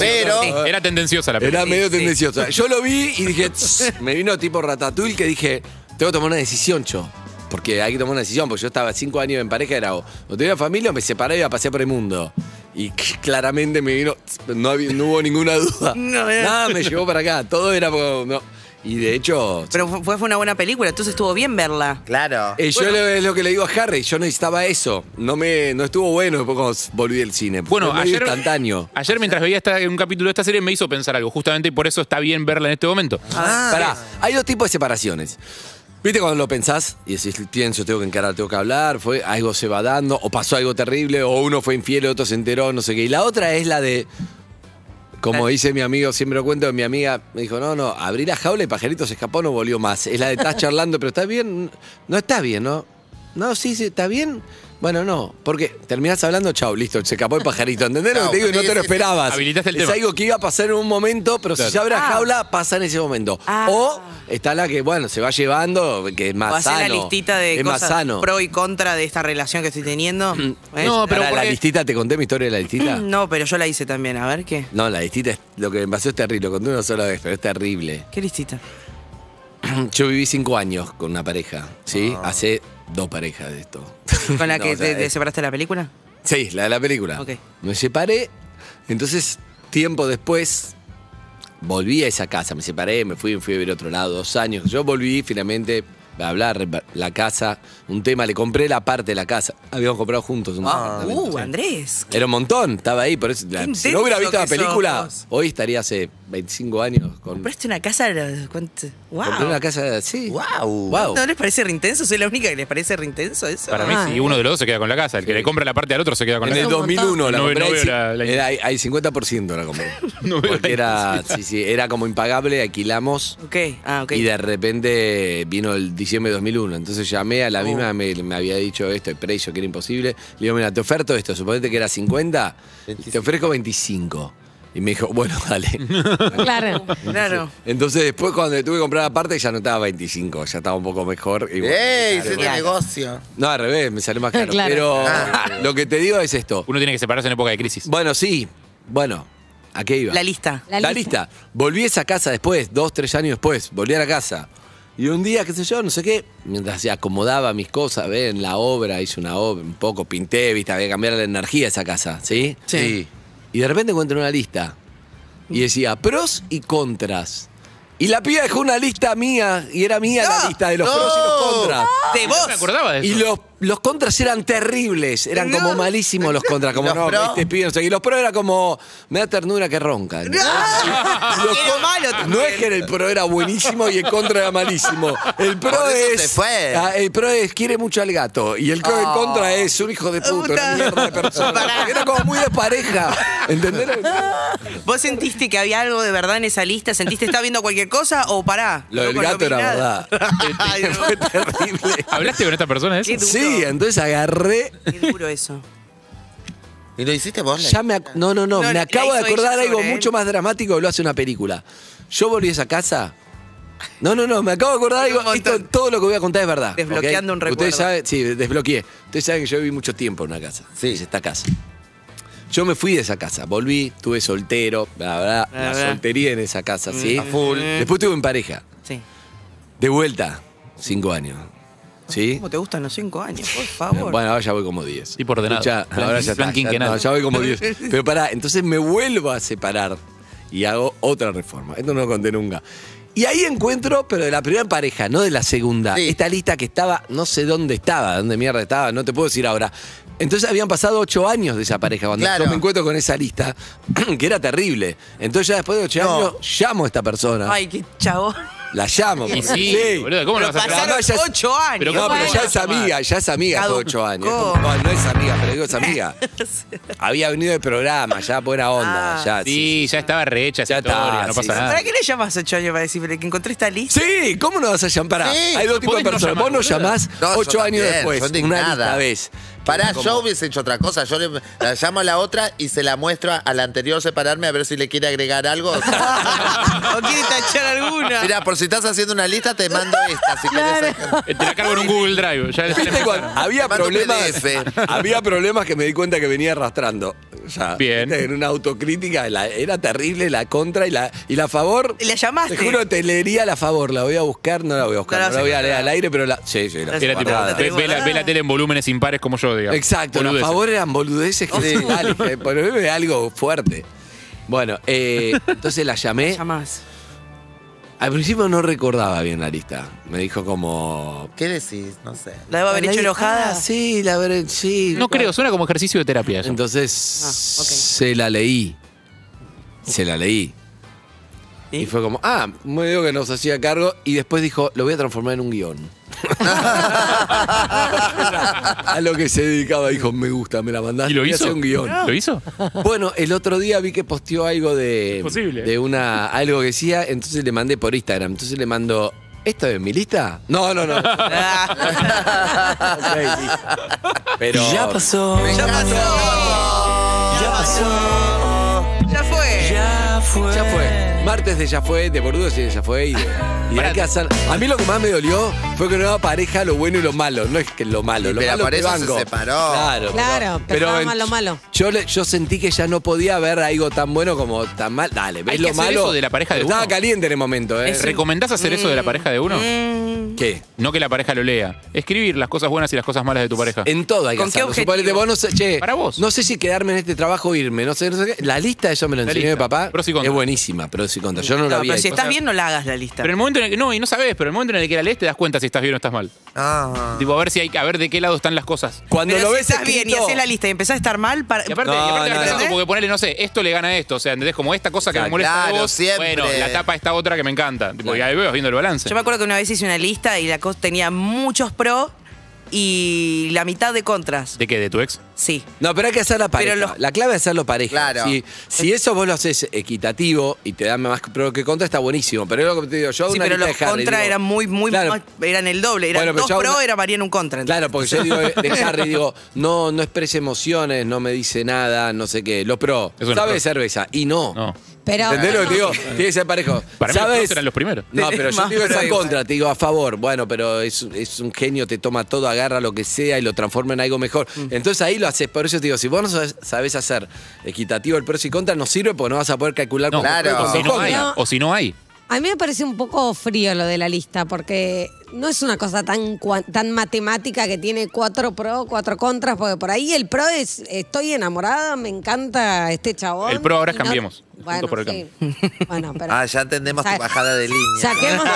Speaker 9: tendenciosa. Era tendenciosa la
Speaker 8: era
Speaker 9: película.
Speaker 8: medio
Speaker 10: Sí, sí.
Speaker 8: tendenciosa. Yo lo vi y dije, "Tss", me vino tipo ratatouille que dije, tengo que tomar una decisión, yo. Porque hay que tomar una decisión, porque yo estaba cinco años en pareja, era o o tenía familia o me separé y iba a pasear por el mundo. Y claramente me vino, "Tss", no, había- no hubo ninguna duda.
Speaker 10: (laughs) No, era-
Speaker 8: Nada me llevó para acá, todo era como, no. Y de hecho,
Speaker 10: Pero fu- fue, fue una buena película, entonces estuvo bien verla.
Speaker 4: Claro.
Speaker 8: eh, yo lo- es lo que le digo a Harry, yo necesitaba eso. No me no estuvo bueno después cuando volví del cine.
Speaker 9: Bueno,
Speaker 8: Fue medio
Speaker 9: ayer-
Speaker 8: instantáneo.
Speaker 9: Ayer mientras veía esta- un capítulo de esta serie me hizo pensar algo, justamente y por eso está bien verla en este momento.
Speaker 8: Pará, hay dos tipos de separaciones. ¿Viste cuando lo pensás y decís, pienso, tengo que encarar, tengo que hablar, fue, algo se va dando, o pasó algo terrible, o uno fue infiel, otro se enteró, no sé qué? Y la otra es la de, como dice mi amigo, siempre lo cuento, mi amiga me dijo, no, no, abrí la jaula y pajarito se escapó, no volvió más. Es la de estás charlando, pero ¿estás bien? No está bien, ¿no? No, sí, sí, ¿está bien? Bueno, no, porque terminás hablando, chau, listo, se escapó el pajarito, ¿entendés lo que te digo? Y no te lo esperabas.
Speaker 9: Habilitaste el
Speaker 8: Es
Speaker 9: tema.
Speaker 8: algo que iba a pasar en un momento, pero
Speaker 9: Claro.
Speaker 8: si se abre la jaula, pasa en ese momento.
Speaker 10: Ah.
Speaker 8: O está la que, bueno, se va llevando, que es más
Speaker 10: o hacer
Speaker 8: sano.
Speaker 10: la listita de
Speaker 8: es más
Speaker 10: cosas
Speaker 8: sano.
Speaker 10: pro y contra de esta relación que estoy teniendo. Bueno,
Speaker 9: Mm, No, pero
Speaker 8: Pará, la
Speaker 9: porque-
Speaker 8: listita, ¿te conté mi historia de la listita?
Speaker 10: (clears throat) no, pero yo la hice también. A ver qué.
Speaker 8: No, la listita, es, lo que me pasó es terrible, lo conté una sola vez, pero es terrible.
Speaker 10: ¿Qué listita?
Speaker 8: (clears throat) Yo viví cinco años con una pareja, ¿sí?
Speaker 10: Ah.
Speaker 8: Hace dos parejas
Speaker 10: (laughs)
Speaker 8: de esto.
Speaker 10: ¿Con la
Speaker 8: No,
Speaker 10: que
Speaker 8: o sea,
Speaker 10: te, te
Speaker 8: es-
Speaker 10: separaste de la película?
Speaker 8: Sí, la de la película.
Speaker 10: Ok.
Speaker 8: Me separé, entonces tiempo después volví a esa casa, me separé, me fui, fui a ver otro lado, dos años. Yo volví finalmente a hablar la casa, un tema, le compré la parte de la casa. Habíamos comprado juntos un departamento.
Speaker 10: Uh, Andrés.
Speaker 8: Era un montón, estaba ahí, por eso. la- si
Speaker 10: intenso
Speaker 8: no hubiera visto la
Speaker 10: que
Speaker 8: película,
Speaker 10: sos.
Speaker 8: hoy estaría hace 25 años con.
Speaker 10: Compraste una casa. a los- ¿cuánto? ¡Wow!
Speaker 8: compré una casa así.
Speaker 4: Guau.
Speaker 8: Wow.
Speaker 10: ¿No les parece reintenso? ¿Soy la única que les parece reintenso eso?
Speaker 9: Para mí,
Speaker 11: Ah.
Speaker 9: si uno de los dos se queda con la casa, el que le compra la parte al otro se queda con
Speaker 8: En
Speaker 9: la
Speaker 8: el
Speaker 9: casa.
Speaker 8: 2001 la
Speaker 9: No ve-
Speaker 8: compré.
Speaker 9: no
Speaker 8: ahí
Speaker 9: veo
Speaker 8: sí,
Speaker 9: la- la-
Speaker 8: era, hay 50% la compré.
Speaker 9: (laughs) No veo
Speaker 8: Porque
Speaker 9: la
Speaker 8: era, sí, sí, era como impagable, alquilamos.
Speaker 10: Ok, ah, ok.
Speaker 8: Y de repente vino el diciembre de 2001. Entonces llamé a
Speaker 10: Oh.
Speaker 8: la misma, me, me había dicho esto, el precio que era imposible. Le digo, mira, te oferto esto, suponete que era 50, te ofrezco 25. Y me dijo, (laughs) bueno, dale.
Speaker 11: Claro.
Speaker 10: (laughs) Claro.
Speaker 8: Entonces después cuando tuve que comprar aparte ya no estaba 25, ya estaba un poco mejor. Y bueno,
Speaker 4: ¡Ey!
Speaker 8: claro.
Speaker 4: Hiciste negocio.
Speaker 8: No, al revés, me salió más caro.
Speaker 11: Claro.
Speaker 8: Pero lo que te digo es esto.
Speaker 9: Uno tiene que separarse en época de crisis.
Speaker 8: Bueno, sí. Bueno, ¿a qué iba?
Speaker 10: La lista.
Speaker 11: La
Speaker 8: La,
Speaker 11: lista.
Speaker 8: lista. Volví a esa casa después, dos, tres años después, volví a la casa. Y un día, qué sé yo, no sé qué, mientras se acomodaba mis cosas, ven, la obra, hice una obra, un poco, pinté, viste, había que cambiar la energía de esa casa, ¿sí?
Speaker 10: Sí.
Speaker 8: Y de repente encuentro una lista. Y decía pros y contras. Y la piba dejó una lista mía, y era mía la lista de los pros y los contras.
Speaker 10: De vos.
Speaker 9: No me acordaba de eso.
Speaker 8: Y los, los contras eran terribles, eran como malísimos los contras, como
Speaker 4: ¿Y (laughs) los
Speaker 8: no,
Speaker 4: pro?
Speaker 8: este pibe no sé qué". Y los pro era como, me da ternura que ronca. ¿no? Los
Speaker 10: Era
Speaker 8: con-
Speaker 10: malo
Speaker 8: no
Speaker 10: también.
Speaker 8: es que el pro era buenísimo y el contra era malísimo. El pro
Speaker 4: Por eso
Speaker 8: es.
Speaker 4: se fue.
Speaker 8: Ah, el pro es quiere mucho al gato. Y el, co- el contra es un hijo de puta,
Speaker 10: Oh. Puta.
Speaker 8: una mierda de persona.
Speaker 10: Pará.
Speaker 8: Era como muy de pareja.
Speaker 10: (laughs)
Speaker 8: ¿Entendés?
Speaker 10: ¿Vos sentiste que había algo de verdad en esa lista? ¿Sentiste está viendo cualquier cosa o pará?
Speaker 8: Lo del
Speaker 10: Loco, no vi
Speaker 8: gato era
Speaker 10: nada.
Speaker 8: verdad.
Speaker 10: (laughs) Ay, no.
Speaker 8: Fue terrible.
Speaker 9: ¿Hablaste con esta persona de eso?
Speaker 10: Qué duro.
Speaker 8: Sí, entonces agarré
Speaker 10: Qué duro eso.
Speaker 4: ¿Y lo hiciste vos? la-
Speaker 8: Ya me ac- no, no, no,
Speaker 10: No, la-
Speaker 8: me
Speaker 10: la
Speaker 8: acabo
Speaker 10: hizo ella
Speaker 8: de
Speaker 10: ¿eh?
Speaker 8: acordar algo
Speaker 10: sobre él.
Speaker 8: mucho más dramático que lo hace una película. Yo volví a esa casa. No, no, no, me acabo de acordar
Speaker 10: Un
Speaker 8: algo. Esto,
Speaker 10: montón.
Speaker 8: todo lo que voy a contar es verdad. ¿ok?
Speaker 10: Desbloqueando un recuerdo.
Speaker 8: Ustedes saben, sí, desbloqueé. Ustedes saben que yo viví mucho tiempo en una casa. Sí. esta casa. Yo me fui de esa casa, volví, estuve soltero, la verdad,
Speaker 10: La
Speaker 8: la,
Speaker 10: verdad.
Speaker 8: soltería en esa casa, ¿sí?
Speaker 4: A full.
Speaker 8: Después tuve en pareja.
Speaker 10: Mm, Sí.
Speaker 8: De vuelta, cinco años. ¿Sí?
Speaker 10: ¿Cómo te gustan los cinco años? Por favor.
Speaker 8: Eh, Bueno, ahora ya voy como 10.
Speaker 9: Tipo ordenado.
Speaker 8: Escuchá,
Speaker 9: Plan-
Speaker 8: ahora ya
Speaker 9: plan
Speaker 8: está, ya,
Speaker 9: quinquenal.
Speaker 8: no, ya voy como 10. Pero pará, entonces me vuelvo a separar y hago otra reforma. Esto no lo conté nunca. Y ahí encuentro, pero de la primera pareja, no de la segunda.
Speaker 4: Sí.
Speaker 8: Esta lista que estaba, no sé dónde estaba, dónde mierda estaba, no te puedo decir ahora. Entonces habían pasado ocho años de esa pareja cuando
Speaker 4: Claro.
Speaker 8: yo me encuentro con esa lista, (clears throat) que era terrible. Entonces ya después de ocho
Speaker 4: No.
Speaker 8: años llamo a esta persona,
Speaker 10: Ay, qué chavo.
Speaker 8: la llamo.
Speaker 9: Y
Speaker 8: porque-
Speaker 9: sí, boludo, ¿cómo lo vas a
Speaker 8: Pero
Speaker 9: aclarar?
Speaker 10: Pasaron
Speaker 8: ya-
Speaker 10: ocho años.
Speaker 9: Pero
Speaker 8: no,
Speaker 9: ¿cómo
Speaker 8: pero
Speaker 9: le
Speaker 8: ya
Speaker 9: vas
Speaker 8: es
Speaker 9: a llamar?
Speaker 8: amiga, ya es amiga hace
Speaker 10: Caducó.
Speaker 8: ocho años. No, no es amiga, pero digo
Speaker 4: (laughs)
Speaker 8: es amiga. Había venido de programa, ya buena onda,
Speaker 10: Ah.
Speaker 8: ya. Sí.
Speaker 9: Sí, ya estaba rehecha esa
Speaker 8: Ya está,
Speaker 9: historia, no
Speaker 8: sí,
Speaker 9: pasa
Speaker 8: sí.
Speaker 9: nada.
Speaker 10: ¿Para qué le llamas ocho años para decirle que encontré esta lista?
Speaker 8: Sí, ¿cómo no vas a llamar? Pará,
Speaker 4: Sí,
Speaker 8: Hay dos tipos de
Speaker 9: podés no
Speaker 8: personas.
Speaker 9: llamar,
Speaker 8: Vos no
Speaker 9: boludo.
Speaker 8: llamás
Speaker 4: No, yo
Speaker 8: ocho años
Speaker 4: también,
Speaker 8: después.
Speaker 4: yo
Speaker 8: una
Speaker 4: indignada.
Speaker 8: lista vez.
Speaker 4: Pará,
Speaker 8: ¿Cómo?
Speaker 4: yo hubiese hecho otra cosa. Yo le, la llamo a la otra y se la muestro a la anterior separarme a ver si le quiere agregar algo.
Speaker 10: ¿O quiere tachar alguna?
Speaker 4: Mira, por si estás haciendo una lista, te mando esta. Si querés.
Speaker 9: Eh, Te la cargo en un Google Drive.
Speaker 8: (laughs)
Speaker 9: Ya ya
Speaker 8: ¿Viste
Speaker 9: le-
Speaker 8: cuando había
Speaker 4: Te mando un
Speaker 8: problemas?
Speaker 4: PDF.
Speaker 8: (laughs) Había problemas que me di cuenta que venía arrastrando. Ya,
Speaker 9: Bien.
Speaker 8: ¿viste? En una autocrítica la- era terrible la contra y la, y la favor.
Speaker 10: ¿Y la llamaste?
Speaker 8: Te juro, te leería la favor. La voy a buscar, no la voy a buscar.
Speaker 10: No la vas
Speaker 8: No, la
Speaker 10: a
Speaker 8: voy a leer
Speaker 10: encontrar.
Speaker 8: al aire, pero la. Sí, sí, la
Speaker 9: Era tipo,
Speaker 10: Guardada.
Speaker 9: ve, ve la, ve la tele en volúmenes impares como yo, digamos.
Speaker 8: Exacto, por
Speaker 9: Boludeces.
Speaker 8: favor eran boludeces que
Speaker 10: Oh.
Speaker 8: sí, (laughs) dale, eh, poneme
Speaker 10: (laughs)
Speaker 8: algo fuerte. Bueno, eh, entonces la llamé.
Speaker 10: Llamás.
Speaker 8: Al principio no recordaba bien la lista. Me dijo como.
Speaker 4: ¿Qué decís? No sé.
Speaker 10: ¿La debo haber
Speaker 8: La
Speaker 10: hecho
Speaker 8: lista-
Speaker 10: enojada?
Speaker 8: Ah, sí, la habré. Sí.
Speaker 9: No creo, suena como ejercicio de terapia. eso.
Speaker 8: Entonces
Speaker 10: Ah, ok.
Speaker 8: se la leí. Se la leí.
Speaker 10: ¿Y?
Speaker 8: ¿Y? fue como, ah, me digo que nos hacía cargo. Y después dijo, lo voy a transformar en un
Speaker 10: (laughs)
Speaker 8: guión. (laughs) a lo que se dedicaba, dijo, me gusta, me la mandaste.
Speaker 9: ¿Y lo
Speaker 8: voy a
Speaker 9: hizo?
Speaker 8: hacer un guión.
Speaker 9: ¿Lo hizo?
Speaker 8: Bueno, el otro día vi que posteó algo de.
Speaker 9: Imposible.
Speaker 8: De una. Algo que decía, entonces le mandé por Instagram. Entonces le mando. ¿Esto es mi lista? No,
Speaker 10: (laughs)
Speaker 8: no, (laughs) no. Pero.
Speaker 1: Ya pasó,
Speaker 10: Ya pasó.
Speaker 1: ya pasó,
Speaker 10: Ya fue.
Speaker 1: ya fue.
Speaker 8: Ya fue. Martes de Ya fue, de Bordudos y de Ya fue. Y de, y de
Speaker 9: Pará.
Speaker 8: Hay que hacer- A mí lo que más me dolió fue que no daba pareja lo bueno y lo malo. No es que lo malo,
Speaker 4: Sí,
Speaker 8: lo
Speaker 4: pero
Speaker 8: malo
Speaker 4: por
Speaker 8: te
Speaker 4: eso se
Speaker 8: banco.
Speaker 4: separó.
Speaker 8: Claro,
Speaker 11: Claro, pero estaba
Speaker 8: en-
Speaker 11: mal lo malo.
Speaker 8: Yo, le- yo sentí que ya no podía ver algo tan bueno como tan mal. Dale, ¿ves
Speaker 9: Hay que
Speaker 8: lo
Speaker 9: hacer
Speaker 8: malo?
Speaker 9: eso de la pareja de
Speaker 8: Pero Estaba
Speaker 9: uno.
Speaker 8: caliente en el momento, ¿eh?
Speaker 9: ¿Recomendás hacer eso de
Speaker 8: Mm.
Speaker 9: la pareja de uno?
Speaker 8: ¿Qué?
Speaker 9: No que la pareja lo lea. Escribir las cosas buenas y las cosas malas de tu pareja.
Speaker 8: En todo hay que
Speaker 10: ¿Con qué
Speaker 8: hacerlo.
Speaker 10: objetivo?
Speaker 8: Suponete, vos no sé- che,
Speaker 9: Para vos.
Speaker 8: No sé si quedarme en este trabajo o irme. No sé, no sé qué. La lista, eso me lo
Speaker 9: La
Speaker 8: enseñó mi
Speaker 9: lista.
Speaker 8: papá.
Speaker 9: Pros y contras.
Speaker 8: Es buenísima, pero sí contra. Yo no, la
Speaker 10: No,
Speaker 8: había
Speaker 10: pero si
Speaker 8: hecho.
Speaker 10: estás bien, no la hagas la lista.
Speaker 9: Pero en el momento en el que. No, y no sabes, pero en el momento en el que la lees te das cuenta si estás bien o estás mal.
Speaker 4: Ah.
Speaker 9: Tipo, a ver si hay a ver de qué lado están las cosas.
Speaker 8: Cuando
Speaker 10: Pero
Speaker 8: lo
Speaker 10: si
Speaker 8: ves
Speaker 10: estás bien y
Speaker 8: escrito-
Speaker 10: haces la lista y empezás a estar mal, para,
Speaker 9: Y aparte, y
Speaker 8: No,
Speaker 9: aparte la
Speaker 8: no,
Speaker 9: pensás
Speaker 8: no.
Speaker 9: como que ponerle, no sé, esto le gana a esto. O sea, ¿entendés? Como esta cosa que
Speaker 8: Claro,
Speaker 9: me molesta a
Speaker 4: claro,
Speaker 9: vos,
Speaker 4: siempre.
Speaker 9: Bueno, la tapa esta otra que me encanta. Tipo,
Speaker 8: Claro.
Speaker 9: y ahí veo viendo el balance.
Speaker 10: Yo me acuerdo que una vez hice una lista y la cosa tenía muchos pro y la mitad de contras.
Speaker 9: ¿De qué? ¿De tu ex?
Speaker 10: Sí.
Speaker 8: No, pero hay que hacerla pareja.
Speaker 10: Pero los-
Speaker 8: La clave es hacerlo pareja.
Speaker 4: Claro.
Speaker 8: Si, si eso vos lo haces equitativo y te da más pro que contra, está buenísimo. Pero es lo que te digo, yo hago
Speaker 10: Sí,
Speaker 8: una
Speaker 10: pero
Speaker 8: lista
Speaker 10: los
Speaker 8: de Harry,
Speaker 10: contras
Speaker 8: digo,
Speaker 10: eran muy, muy,
Speaker 8: Claro.
Speaker 10: más- eran el doble. Eran
Speaker 8: Bueno, pero
Speaker 10: dos
Speaker 8: yo hago
Speaker 10: pro,
Speaker 8: una-
Speaker 10: era María en un contra. ¿entendés?
Speaker 8: Claro, porque yo digo de
Speaker 10: (laughs)
Speaker 8: de Harry, digo, no, no expresa emociones, no me dice nada, no sé qué. Los pro,
Speaker 9: Es una
Speaker 8: sabe
Speaker 9: pro.
Speaker 8: de cerveza y no.
Speaker 9: No.
Speaker 11: Pero,
Speaker 8: ¿Entendés lo que te digo? Tiene que ser parejo.
Speaker 9: Para mí los
Speaker 8: ¿Sabes?
Speaker 9: dos eran los primeros.
Speaker 8: No, pero yo
Speaker 10: Más
Speaker 8: te digo
Speaker 10: pro
Speaker 8: esa
Speaker 10: igual.
Speaker 8: contra, te digo a favor. Bueno, pero es, es un genio, te toma todo, agarra lo que sea y lo transforma en algo mejor. Entonces ahí lo haces. Por eso te digo, si vos no sabés, sabés hacer equitativo el pros y contra, no sirve porque no vas a poder calcular
Speaker 9: No,
Speaker 8: con
Speaker 4: claro.
Speaker 8: pro y
Speaker 9: O si
Speaker 8: con
Speaker 9: no
Speaker 8: contra.
Speaker 9: hay. O si no hay.
Speaker 11: A mí me parece un poco frío lo de la lista, porque no es una cosa tan, cua- tan matemática que tiene cuatro pro, cuatro contras, porque por ahí el pro es estoy enamorada, me encanta este chabón.
Speaker 9: El pro ahora
Speaker 11: y
Speaker 9: es cambiemos.
Speaker 11: Bueno,
Speaker 9: Juntos por el
Speaker 11: sí. Bueno, pero.
Speaker 4: Ah, ya entendemos
Speaker 11: Sa-
Speaker 4: tu bajada de línea.
Speaker 11: Saquemos.
Speaker 9: No,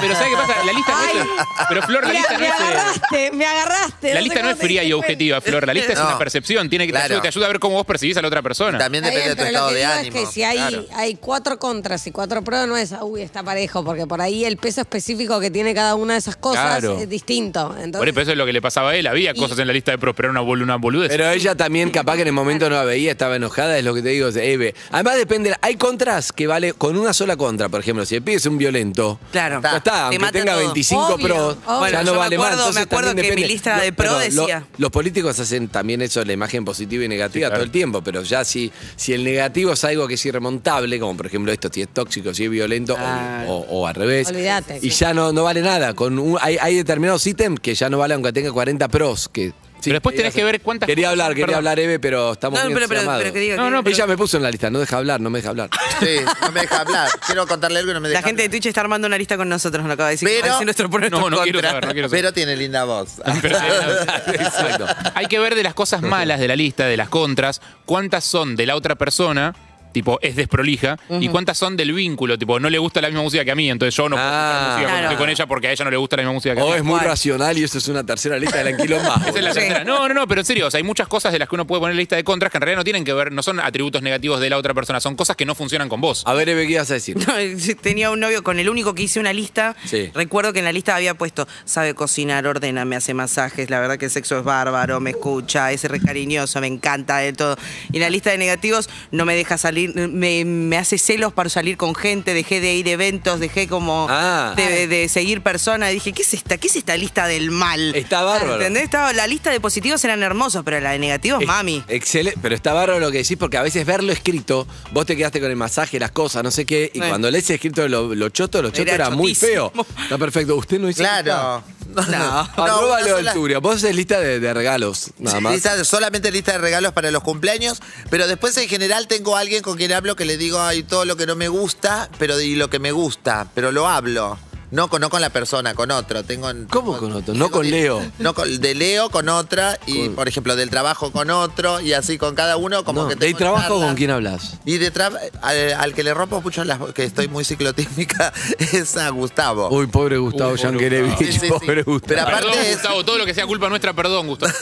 Speaker 9: pero ¿sabes qué pasa? La lista
Speaker 11: Ay.
Speaker 9: no es. Pero Flor, la
Speaker 11: Mira,
Speaker 9: lista no
Speaker 11: me
Speaker 9: es. eh,
Speaker 11: agarraste, me agarraste.
Speaker 9: La
Speaker 11: sé
Speaker 9: lista no
Speaker 11: cómo
Speaker 9: es
Speaker 11: te
Speaker 9: fría y
Speaker 11: diste
Speaker 9: objetiva, Flor. La lista es
Speaker 4: No.
Speaker 9: una percepción. Tiene que te,
Speaker 4: Claro.
Speaker 9: ayuda, te ayuda a ver cómo vos percibís a la otra
Speaker 4: (laughs)
Speaker 9: persona.
Speaker 4: También
Speaker 11: Está
Speaker 4: depende
Speaker 11: bien,
Speaker 4: de tu
Speaker 11: pero lo
Speaker 4: estado
Speaker 11: que
Speaker 4: de
Speaker 11: digo
Speaker 4: ánimo.
Speaker 11: Es que si hay,
Speaker 9: Claro.
Speaker 11: hay cuatro contras y cuatro pros, no es, uy, está parejo, porque por ahí el peso específico que tiene cada una de esas cosas
Speaker 9: Claro.
Speaker 11: es distinto.
Speaker 9: Por
Speaker 11: Entonces,
Speaker 9: eso, eso es lo que le pasaba a él. Había cosas en la lista de pros, pero era una, bol- una boludez.
Speaker 8: Pero ella también, capaz que en el momento no la veía, estaba enojada, es lo que te digo, Eve. Además depende, hay contras que vale con una sola contra, por ejemplo, si el pibe es un violento.
Speaker 10: Claro.
Speaker 8: Ya
Speaker 10: Te
Speaker 8: está, aunque
Speaker 10: mata
Speaker 8: tenga
Speaker 10: todo.
Speaker 8: 25
Speaker 11: Obvio,
Speaker 8: pros,
Speaker 11: obvio.
Speaker 8: ya
Speaker 10: Bueno,
Speaker 8: no
Speaker 10: yo me
Speaker 8: vale más.
Speaker 10: acuerdo- me
Speaker 8: Entonces,
Speaker 10: acuerdo
Speaker 8: también
Speaker 10: que mi
Speaker 8: depende-
Speaker 10: lista de pro
Speaker 8: perdón, lo-
Speaker 10: decía.
Speaker 8: los políticos hacen también eso, la imagen positiva y negativa
Speaker 9: Sí, claro.
Speaker 8: todo el tiempo, pero ya si, si el negativo es algo que es irremontable, como por ejemplo esto, si es tóxico, si es violento o- o, o al revés.
Speaker 11: Olvídate, sí.
Speaker 8: Y ya no, no vale nada. Con un- hay, hay determinados ítems que ya no vale aunque tenga 40 pros. Que, sí,
Speaker 9: Pero después
Speaker 8: quería
Speaker 9: tenés que
Speaker 8: hacer-
Speaker 9: ver cuántas
Speaker 8: Quería
Speaker 9: cosas-
Speaker 8: hablar, quería
Speaker 9: perdón.
Speaker 8: hablar, Eve, pero estamos
Speaker 10: No,
Speaker 8: muy
Speaker 10: pero, pero,
Speaker 8: entusiasmados.
Speaker 10: pero que diga
Speaker 9: No,
Speaker 10: que-
Speaker 9: no, pero-
Speaker 8: Ella me puso en la lista, no deja hablar, no me deja
Speaker 9: (laughs)
Speaker 8: hablar.
Speaker 4: Sí, no me deja hablar. Quiero contarle algo y no me deja
Speaker 10: La gente de
Speaker 4: hablar.
Speaker 10: Twitch está armando una lista con nosotros, nos lo acaba de
Speaker 11: (laughs)
Speaker 10: decir. (laughs)
Speaker 4: Pero-
Speaker 10: Va a decir nuestro pro, nuestro
Speaker 9: No, no quiero
Speaker 10: contra.
Speaker 9: saber,
Speaker 4: (laughs)
Speaker 9: no quiero saber.
Speaker 4: Pero tiene linda voz.
Speaker 9: Pero- eh,
Speaker 4: (laughs)
Speaker 8: Exacto.
Speaker 9: Hay que ver de las cosas malas de la lista, de las contras, cuántas son de la otra persona, tipo, es desprolija, y cuántas son del vínculo, tipo, no le gusta la misma música que a mí, entonces yo no puedo
Speaker 8: Ah.
Speaker 9: escuchar música cuando
Speaker 10: Claro.
Speaker 9: estoy con ella porque a ella no le gusta la misma
Speaker 4: Oh,
Speaker 9: música que a mí.
Speaker 8: O es muy racional y eso es una tercera lista de la quilomba.
Speaker 9: (laughs) Esa es la tercera. No, no, no, pero en serio, o sea, hay muchas cosas de las que uno puede poner en la lista de contras que en realidad no tienen que ver, no son atributos negativos de la otra persona, son cosas que no funcionan con vos.
Speaker 8: A ver, Eve, ¿qué ibas a decir?
Speaker 10: No, sí, tenía un novio con el único que hice una lista.
Speaker 8: Sí.
Speaker 10: Recuerdo que en la lista había puesto, sabe cocinar, ordena, me hace masajes, la verdad que el sexo es bárbaro, me escucha, es re cariñoso, me encanta de todo. Y en la lista de negativos no me deja salir, me, me hace celos para salir con gente, dejé de ir a eventos, dejé como
Speaker 8: Ah.
Speaker 10: de, de seguir personas. Dije, ¿qué es esta? ¿Qué es esta lista del mal?
Speaker 8: Está bárbaro.
Speaker 10: ¿Entendés? Estaba, la lista de positivos eran hermosos, pero la de negativos, mami.
Speaker 8: Excelente, pero está bárbaro lo que decís porque a veces verlo escrito, vos te quedaste con el masaje, las cosas, no sé qué, y
Speaker 10: Sí.
Speaker 8: cuando lees escrito lo, lo choto, lo choto
Speaker 10: Era
Speaker 8: era, muy feo.
Speaker 10: chotísimo.
Speaker 8: Está perfecto, usted no hizo
Speaker 4: Claro.
Speaker 8: lista. (laughs)
Speaker 4: No.
Speaker 8: Arroba
Speaker 4: una
Speaker 8: lo
Speaker 4: sola-
Speaker 8: del Turia. Vos haces lista de, de regalos, nada más.
Speaker 4: Lista- solamente lista de regalos para los cumpleaños, pero después en general tengo a alguien con quien hablo que le digo, ay, todo lo que no me gusta, pero y lo que me gusta, pero lo hablo. No, con, no con la persona, con otro. Tengo,
Speaker 8: ¿Cómo con otro? No con Leo.
Speaker 4: No, con- de Leo con otra y, por ejemplo, del trabajo con otro y así con cada uno como
Speaker 8: No,
Speaker 4: que
Speaker 8: ¿De
Speaker 4: tengo
Speaker 8: trabajo
Speaker 4: charlas.
Speaker 8: con quién hablas?
Speaker 4: Y de tra- al, al que le rompo mucho las que estoy muy ciclotímica (laughs) es a Gustavo.
Speaker 8: Uy, pobre Gustavo
Speaker 4: Uy, pobre
Speaker 8: Yankelevich,
Speaker 4: Gustavo. Sí, sí, sí.
Speaker 8: pobre
Speaker 4: Pero
Speaker 8: (laughs) Gustavo.
Speaker 4: Ah, aparte
Speaker 9: Perdón,
Speaker 4: es-
Speaker 9: Gustavo, todo lo que sea culpa nuestra,
Speaker 4: (laughs)
Speaker 9: perdón, Gustavo.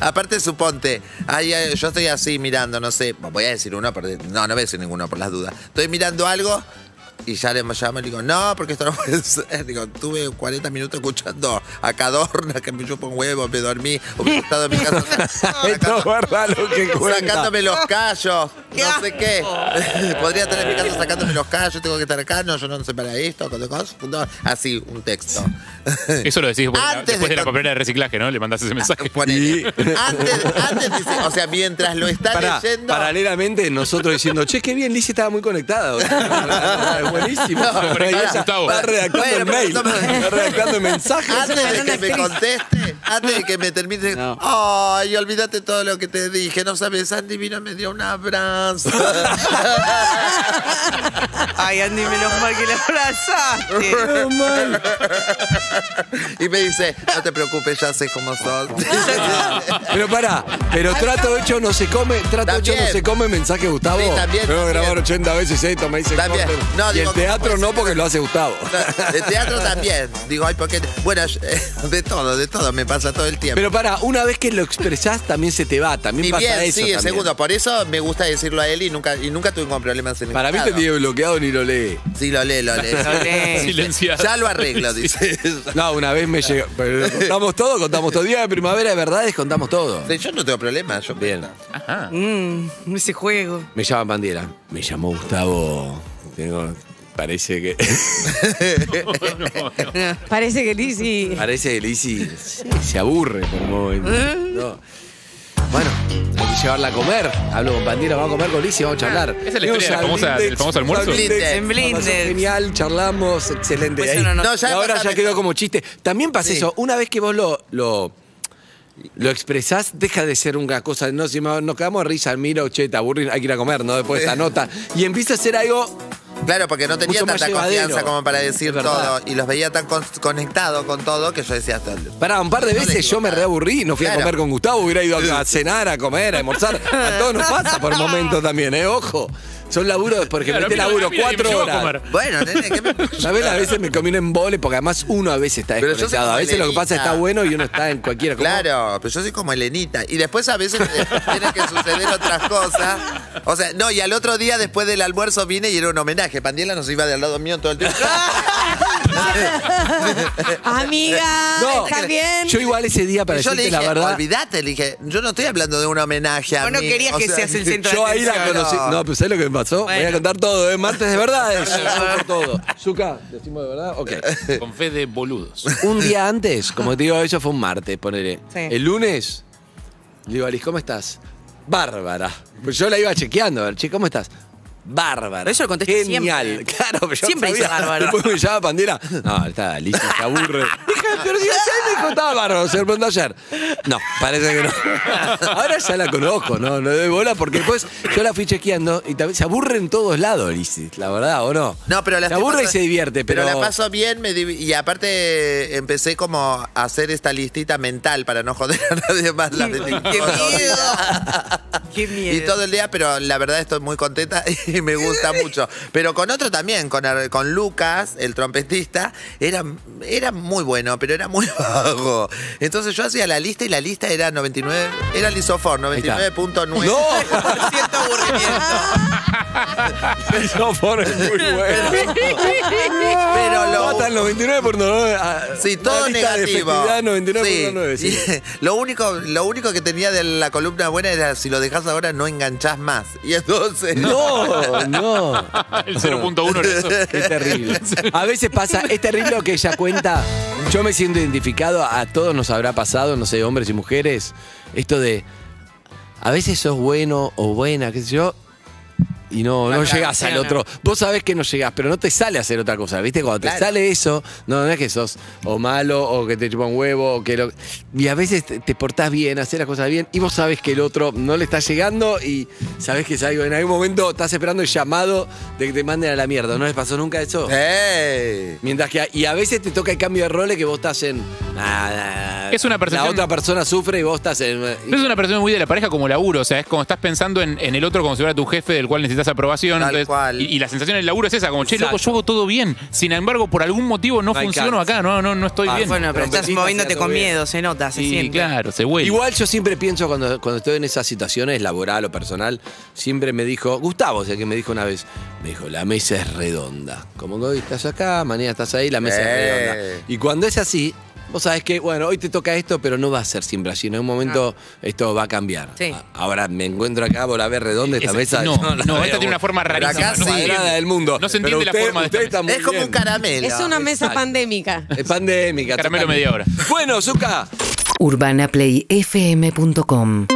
Speaker 4: Aparte, suponte, ay, ay, yo estoy así mirando, no sé, voy a decir uno, pero no, no voy a decir ninguno por las dudas. Estoy mirando algo y ya le llamo y le digo, no, porque esto no puede (laughs) ser. Digo, tuve 40 minutos escuchando a Cadorna que me chupa un huevo, me dormí, hubiera estado en mi casa.
Speaker 8: Esto es verdad lo que cuenta.
Speaker 4: Sacándome los callos, no sé qué. (laughs) Podría estar en mi casa sacándome los callos, tengo que estar acá, no, yo no sé para esto, con- con- no. así, un texto.
Speaker 9: Eso lo decís vos, la-
Speaker 4: Antes
Speaker 9: después
Speaker 4: de Ah,
Speaker 9: de la
Speaker 4: con-
Speaker 9: papelera de reciclaje, ¿no? Le mandás ese mensaje.
Speaker 4: Ponele. Antes, antes dice- o sea, mientras lo está
Speaker 8: Pará,
Speaker 4: leyendo.
Speaker 8: paralelamente nosotros diciendo, che, qué bien, Lizzie estaba muy conectada. boludo". Es buenísimo.
Speaker 4: (laughs) No,
Speaker 8: Y
Speaker 9: conectada,
Speaker 8: ella
Speaker 9: Gustavo.
Speaker 8: Está redactando
Speaker 4: Bueno,
Speaker 8: el
Speaker 4: pero
Speaker 8: mail,
Speaker 4: estamos-
Speaker 8: está redactando mensajes.
Speaker 4: Antes de que me conteste, antes de que me termine,
Speaker 8: No.
Speaker 4: ay, olvídate todo lo que te dije, no sabes, Andy vino y me dio un (laughs) abrazo.
Speaker 10: Ay, Andy, menos mal que la abrazaste.
Speaker 4: y me dice, no te preocupes, ya sé cómo (laughs) sos.
Speaker 8: Pero pará, pero trato hecho no se come, trato hecho no
Speaker 4: También.
Speaker 8: se come, mensaje Gustavo.
Speaker 4: Sí, también,
Speaker 8: Me voy a
Speaker 4: también.
Speaker 8: grabar 80 veces esto, me dice
Speaker 4: También.
Speaker 8: corten.
Speaker 4: No,
Speaker 8: Y
Speaker 4: digo,
Speaker 8: el teatro
Speaker 4: ¿cómo
Speaker 8: no porque lo hace Gustavo.
Speaker 4: De teatro también. Digo, ay, porque. Bueno, yo- (laughs) de todo, de todo, me pasa todo el tiempo.
Speaker 8: Pero pará, una vez que lo expresás también se te va, también
Speaker 4: Ni
Speaker 8: pasa
Speaker 4: bien,
Speaker 8: eso.
Speaker 4: sí,
Speaker 8: también.
Speaker 4: segundo. Por eso me gusta decirlo a él y nunca, y nunca tuvimos problemas en el
Speaker 8: Para mí te
Speaker 4: juzgado.
Speaker 8: tiene bloqueado ni lo lee.
Speaker 4: Sí, lo lee,
Speaker 8: (laughs)
Speaker 4: lo lee.
Speaker 10: Lo lee.
Speaker 9: Silenciado.
Speaker 4: (laughs) Ya lo arreglo, dice.
Speaker 8: No, una vez me llegó. pero Contamos todo, contamos todo. Día de primavera de verdades, contamos todo.
Speaker 4: Sí, Yo no tengo problema, yo
Speaker 8: Bien.
Speaker 9: Ajá.
Speaker 10: Mm, ese juego.
Speaker 8: Me llaman Bandiera. Me llamó Gustavo. Tengo- parece (laughs) que.
Speaker 11: Parece que Lizzy.
Speaker 8: parece que Lizzy se se aburre por un momento. No. Bueno, hay que llevarla a comer. Hablo con Bandiera, vamos a comer con Lizzy, vamos a charlar.
Speaker 9: esa es la historia de la
Speaker 8: Fuimos
Speaker 9: famosa-
Speaker 8: al
Speaker 9: del famoso
Speaker 8: fuimos al
Speaker 9: almuerzo.
Speaker 8: Blindex.
Speaker 10: Ah, En
Speaker 8: La pasé
Speaker 10: Blindex.
Speaker 8: Genial, charlamos, excelente.
Speaker 10: Pues
Speaker 8: Ahí-
Speaker 10: uno no-
Speaker 4: No, ya
Speaker 8: y ahora
Speaker 4: pasa-
Speaker 8: ya quedó como chiste. También pasa
Speaker 4: Sí.
Speaker 8: eso. Una vez que vos lo, lo, lo expresás, deja de ser una cosa. No, si me- nos quedamos de risa, miro, che, te aburrí, hay que ir a comer, ¿no? Después de esta nota. Y empieza a ser algo.
Speaker 4: Claro, porque no tenía
Speaker 8: Mucho más
Speaker 4: tanta confianza
Speaker 8: llevadero.
Speaker 4: como para decir
Speaker 8: Es verdad.
Speaker 4: todo. Y los veía tan con- conectados con todo que yo decía hasta.
Speaker 8: Pará, un par de
Speaker 4: No le
Speaker 8: veces yo me
Speaker 4: equivocás.
Speaker 8: reaburrí, no fui a
Speaker 4: Claro.
Speaker 8: comer con Gustavo, hubiera ido a, a cenar, a comer,
Speaker 4: (laughs)
Speaker 8: a almorzar. A todos nos pasa por momentos también, ¿eh? Ojo. Son laburos, porque
Speaker 9: Claro,
Speaker 8: ejemplo, este
Speaker 9: a mí no
Speaker 8: laburo
Speaker 9: me pide que me
Speaker 8: cuatro
Speaker 9: llevo a
Speaker 8: horas.
Speaker 9: comer.
Speaker 4: Bueno, nene,
Speaker 8: (laughs)
Speaker 4: ¿qué me
Speaker 8: ¿Sabes? A veces me comí un embole, porque además uno a veces está
Speaker 4: Pero yo soy
Speaker 8: desconectado. A
Speaker 4: como
Speaker 8: veces lo que pasa
Speaker 4: Elenita.
Speaker 8: está bueno y uno está en cualquiera cosa.
Speaker 4: Claro, pero yo soy como Elenita. Y después a veces eh, tienen que suceder otras cosas. O sea, no, y al otro día después del almuerzo vine y era un homenaje. Pandiela nos iba de al lado mío todo el
Speaker 8: (laughs)
Speaker 4: tiempo.
Speaker 11: Amiga,
Speaker 8: No,
Speaker 11: Ah, ¿está bien?
Speaker 8: yo igual ese día, para
Speaker 4: Y yo le
Speaker 8: decirte
Speaker 4: dije,
Speaker 8: la verdad,
Speaker 4: olvídate, le dije, yo no estoy hablando de un homenaje a
Speaker 10: Vos no
Speaker 4: mí".
Speaker 10: querías
Speaker 4: O
Speaker 10: que
Speaker 4: sea,
Speaker 10: seas el centro
Speaker 8: (laughs) Yo
Speaker 10: de
Speaker 8: ahí la
Speaker 10: atención.
Speaker 8: conocí. No, pero ¿sabes lo que me pasó? Voy a
Speaker 10: Bueno.
Speaker 8: contar todo, ¿eh? Martes
Speaker 4: (laughs)
Speaker 8: de verdades. Suco todo. Zuka, ¿decimos de verdad? Ok.
Speaker 9: Con fe de boludos.
Speaker 4: (laughs)
Speaker 8: Un día antes, como te digo, eso fue un martes, ponele.
Speaker 10: Sí.
Speaker 8: El lunes, le digo, Alice, ¿cómo estás? Bárbara. Pues yo la iba chequeando, a ver, che, ¿cómo estás? Bárbara.
Speaker 10: Pero eso lo contesta
Speaker 8: Genial.
Speaker 10: siempre.
Speaker 8: (laughs) Claro, pero yo
Speaker 10: Siempre dice
Speaker 8: sabía.
Speaker 10: Bárbara.
Speaker 8: Después me llama Pandera. No, está Alicia, se aburre. (laughs) Hija, pero si ayer me contaba Bárbara, se lo preguntó ayer. No, parece que no. (laughs) Ahora ya la conozco, no, no le doy bola porque después yo la fui chequeando y también se aburre en todos lados, Alicia, la verdad, ¿o no?
Speaker 4: No, pero la
Speaker 8: Se
Speaker 4: estoy
Speaker 8: aburre y
Speaker 4: pas-
Speaker 8: se divierte, pero.
Speaker 4: la paso bien me div- y aparte eh, empecé como a hacer esta listita mental para no joder a nadie más. La
Speaker 10: ¡Qué
Speaker 4: todo el
Speaker 10: miedo!
Speaker 4: día.
Speaker 10: Qué miedo.
Speaker 4: Y todo el día, pero la verdad estoy muy contenta (laughs) y me gusta mucho. Pero con otro también, con, Ar- con Lucas, el trompetista, era, era muy bueno, pero era muy (laughs) bajo. Entonces yo hacía la lista y la lista era 99, era el isofor,
Speaker 8: Ahí está.
Speaker 4: 99.9. (laughs)
Speaker 8: ¡No!
Speaker 10: Siento aburrimiento.
Speaker 8: Eso por es muy bueno.
Speaker 4: Pero lo-
Speaker 8: Matan los 29 por 9. ah,
Speaker 4: Sí,
Speaker 8: una
Speaker 4: todo
Speaker 8: lista de
Speaker 4: negativo.
Speaker 8: efectividad 99
Speaker 4: Sí.
Speaker 8: por 9. Sí.
Speaker 4: (laughs) Y lo, único, lo único que tenía de la columna buena era si lo dejas ahora no enganchás más. Y entonces.
Speaker 8: No, no.
Speaker 9: El 0.1 era eso.
Speaker 8: (laughs) Qué
Speaker 4: (laughs)
Speaker 8: terrible. A veces pasa, es terrible lo que ella cuenta. Yo me siento identificado, a todos nos habrá pasado, no sé, hombres y mujeres, esto de. A veces sos bueno o buena, qué sé yo, y no, no
Speaker 10: Claro,
Speaker 8: llegás
Speaker 10: sí
Speaker 8: al
Speaker 10: o no.
Speaker 8: otro. Vos sabés que no llegás, pero no te sale hacer otra cosa. ¿Viste? Cuando te
Speaker 10: Claro.
Speaker 8: sale eso, no, no es que sos o malo o que te chupa un huevo o que lo. Y a veces te, te portás bien, haces las cosas bien y vos sabés que el otro no le está llegando y sabés que es algo. En algún momento estás esperando el llamado de que te manden a la mierda. ¿No les pasó nunca eso? Mientras que. a- Y a veces te toca el cambio de roles que vos estás en. "Ah, nah, nah".
Speaker 9: Es una percepción-
Speaker 8: La otra persona sufre y vos estás en.
Speaker 9: Pero es una persona muy de la pareja como laburo, o sea, es como estás pensando en, en el otro como si fuera tu jefe del cual necesitas aprobación. entonces, Y, y la sensación del laburo es esa, como, che, loco, yo hago todo bien. Sin embargo, por algún motivo no
Speaker 8: No hay
Speaker 9: funciono
Speaker 8: chance.
Speaker 9: acá, no, no, no estoy
Speaker 8: Ah,
Speaker 9: bien.
Speaker 8: bueno, pero estás Trompetita, moviéndote sea, con todo bien. miedo,
Speaker 10: se nota,
Speaker 9: se siente. claro, se vuelve.
Speaker 8: Igual yo siempre pienso cuando, cuando estoy en esas situaciones, laboral o personal, siempre me dijo, Gustavo es el que me dijo una vez, me dijo, la mesa es redonda. Como que hoy estás acá, mañana estás ahí, la mesa
Speaker 4: Eh.
Speaker 8: es redonda. Y cuando es así, vos sabés que, bueno, hoy te toca esto, pero no va a ser siempre así. En un momento esto va a cambiar.
Speaker 10: Sí.
Speaker 8: A- Ahora me encuentro acá, por la ver redonda, esta
Speaker 9: Esa-
Speaker 8: mesa (laughs)
Speaker 9: no,
Speaker 8: la
Speaker 9: no,
Speaker 8: veo
Speaker 9: esta tiene una forma
Speaker 8: cuadrada
Speaker 9: rarísima, no se entiende.
Speaker 8: del mundo.
Speaker 9: No se entiende
Speaker 8: Pero
Speaker 9: la
Speaker 8: usted-
Speaker 9: forma de esta
Speaker 8: usted está muy bien.
Speaker 11: Es una (laughs) mesa
Speaker 8: Exacto.
Speaker 11: pandémica.
Speaker 8: Es pandémica.
Speaker 9: Caramelo
Speaker 8: totalmente.
Speaker 9: media hora.
Speaker 8: Bueno, Zuka.
Speaker 12: urbanaplayfm.com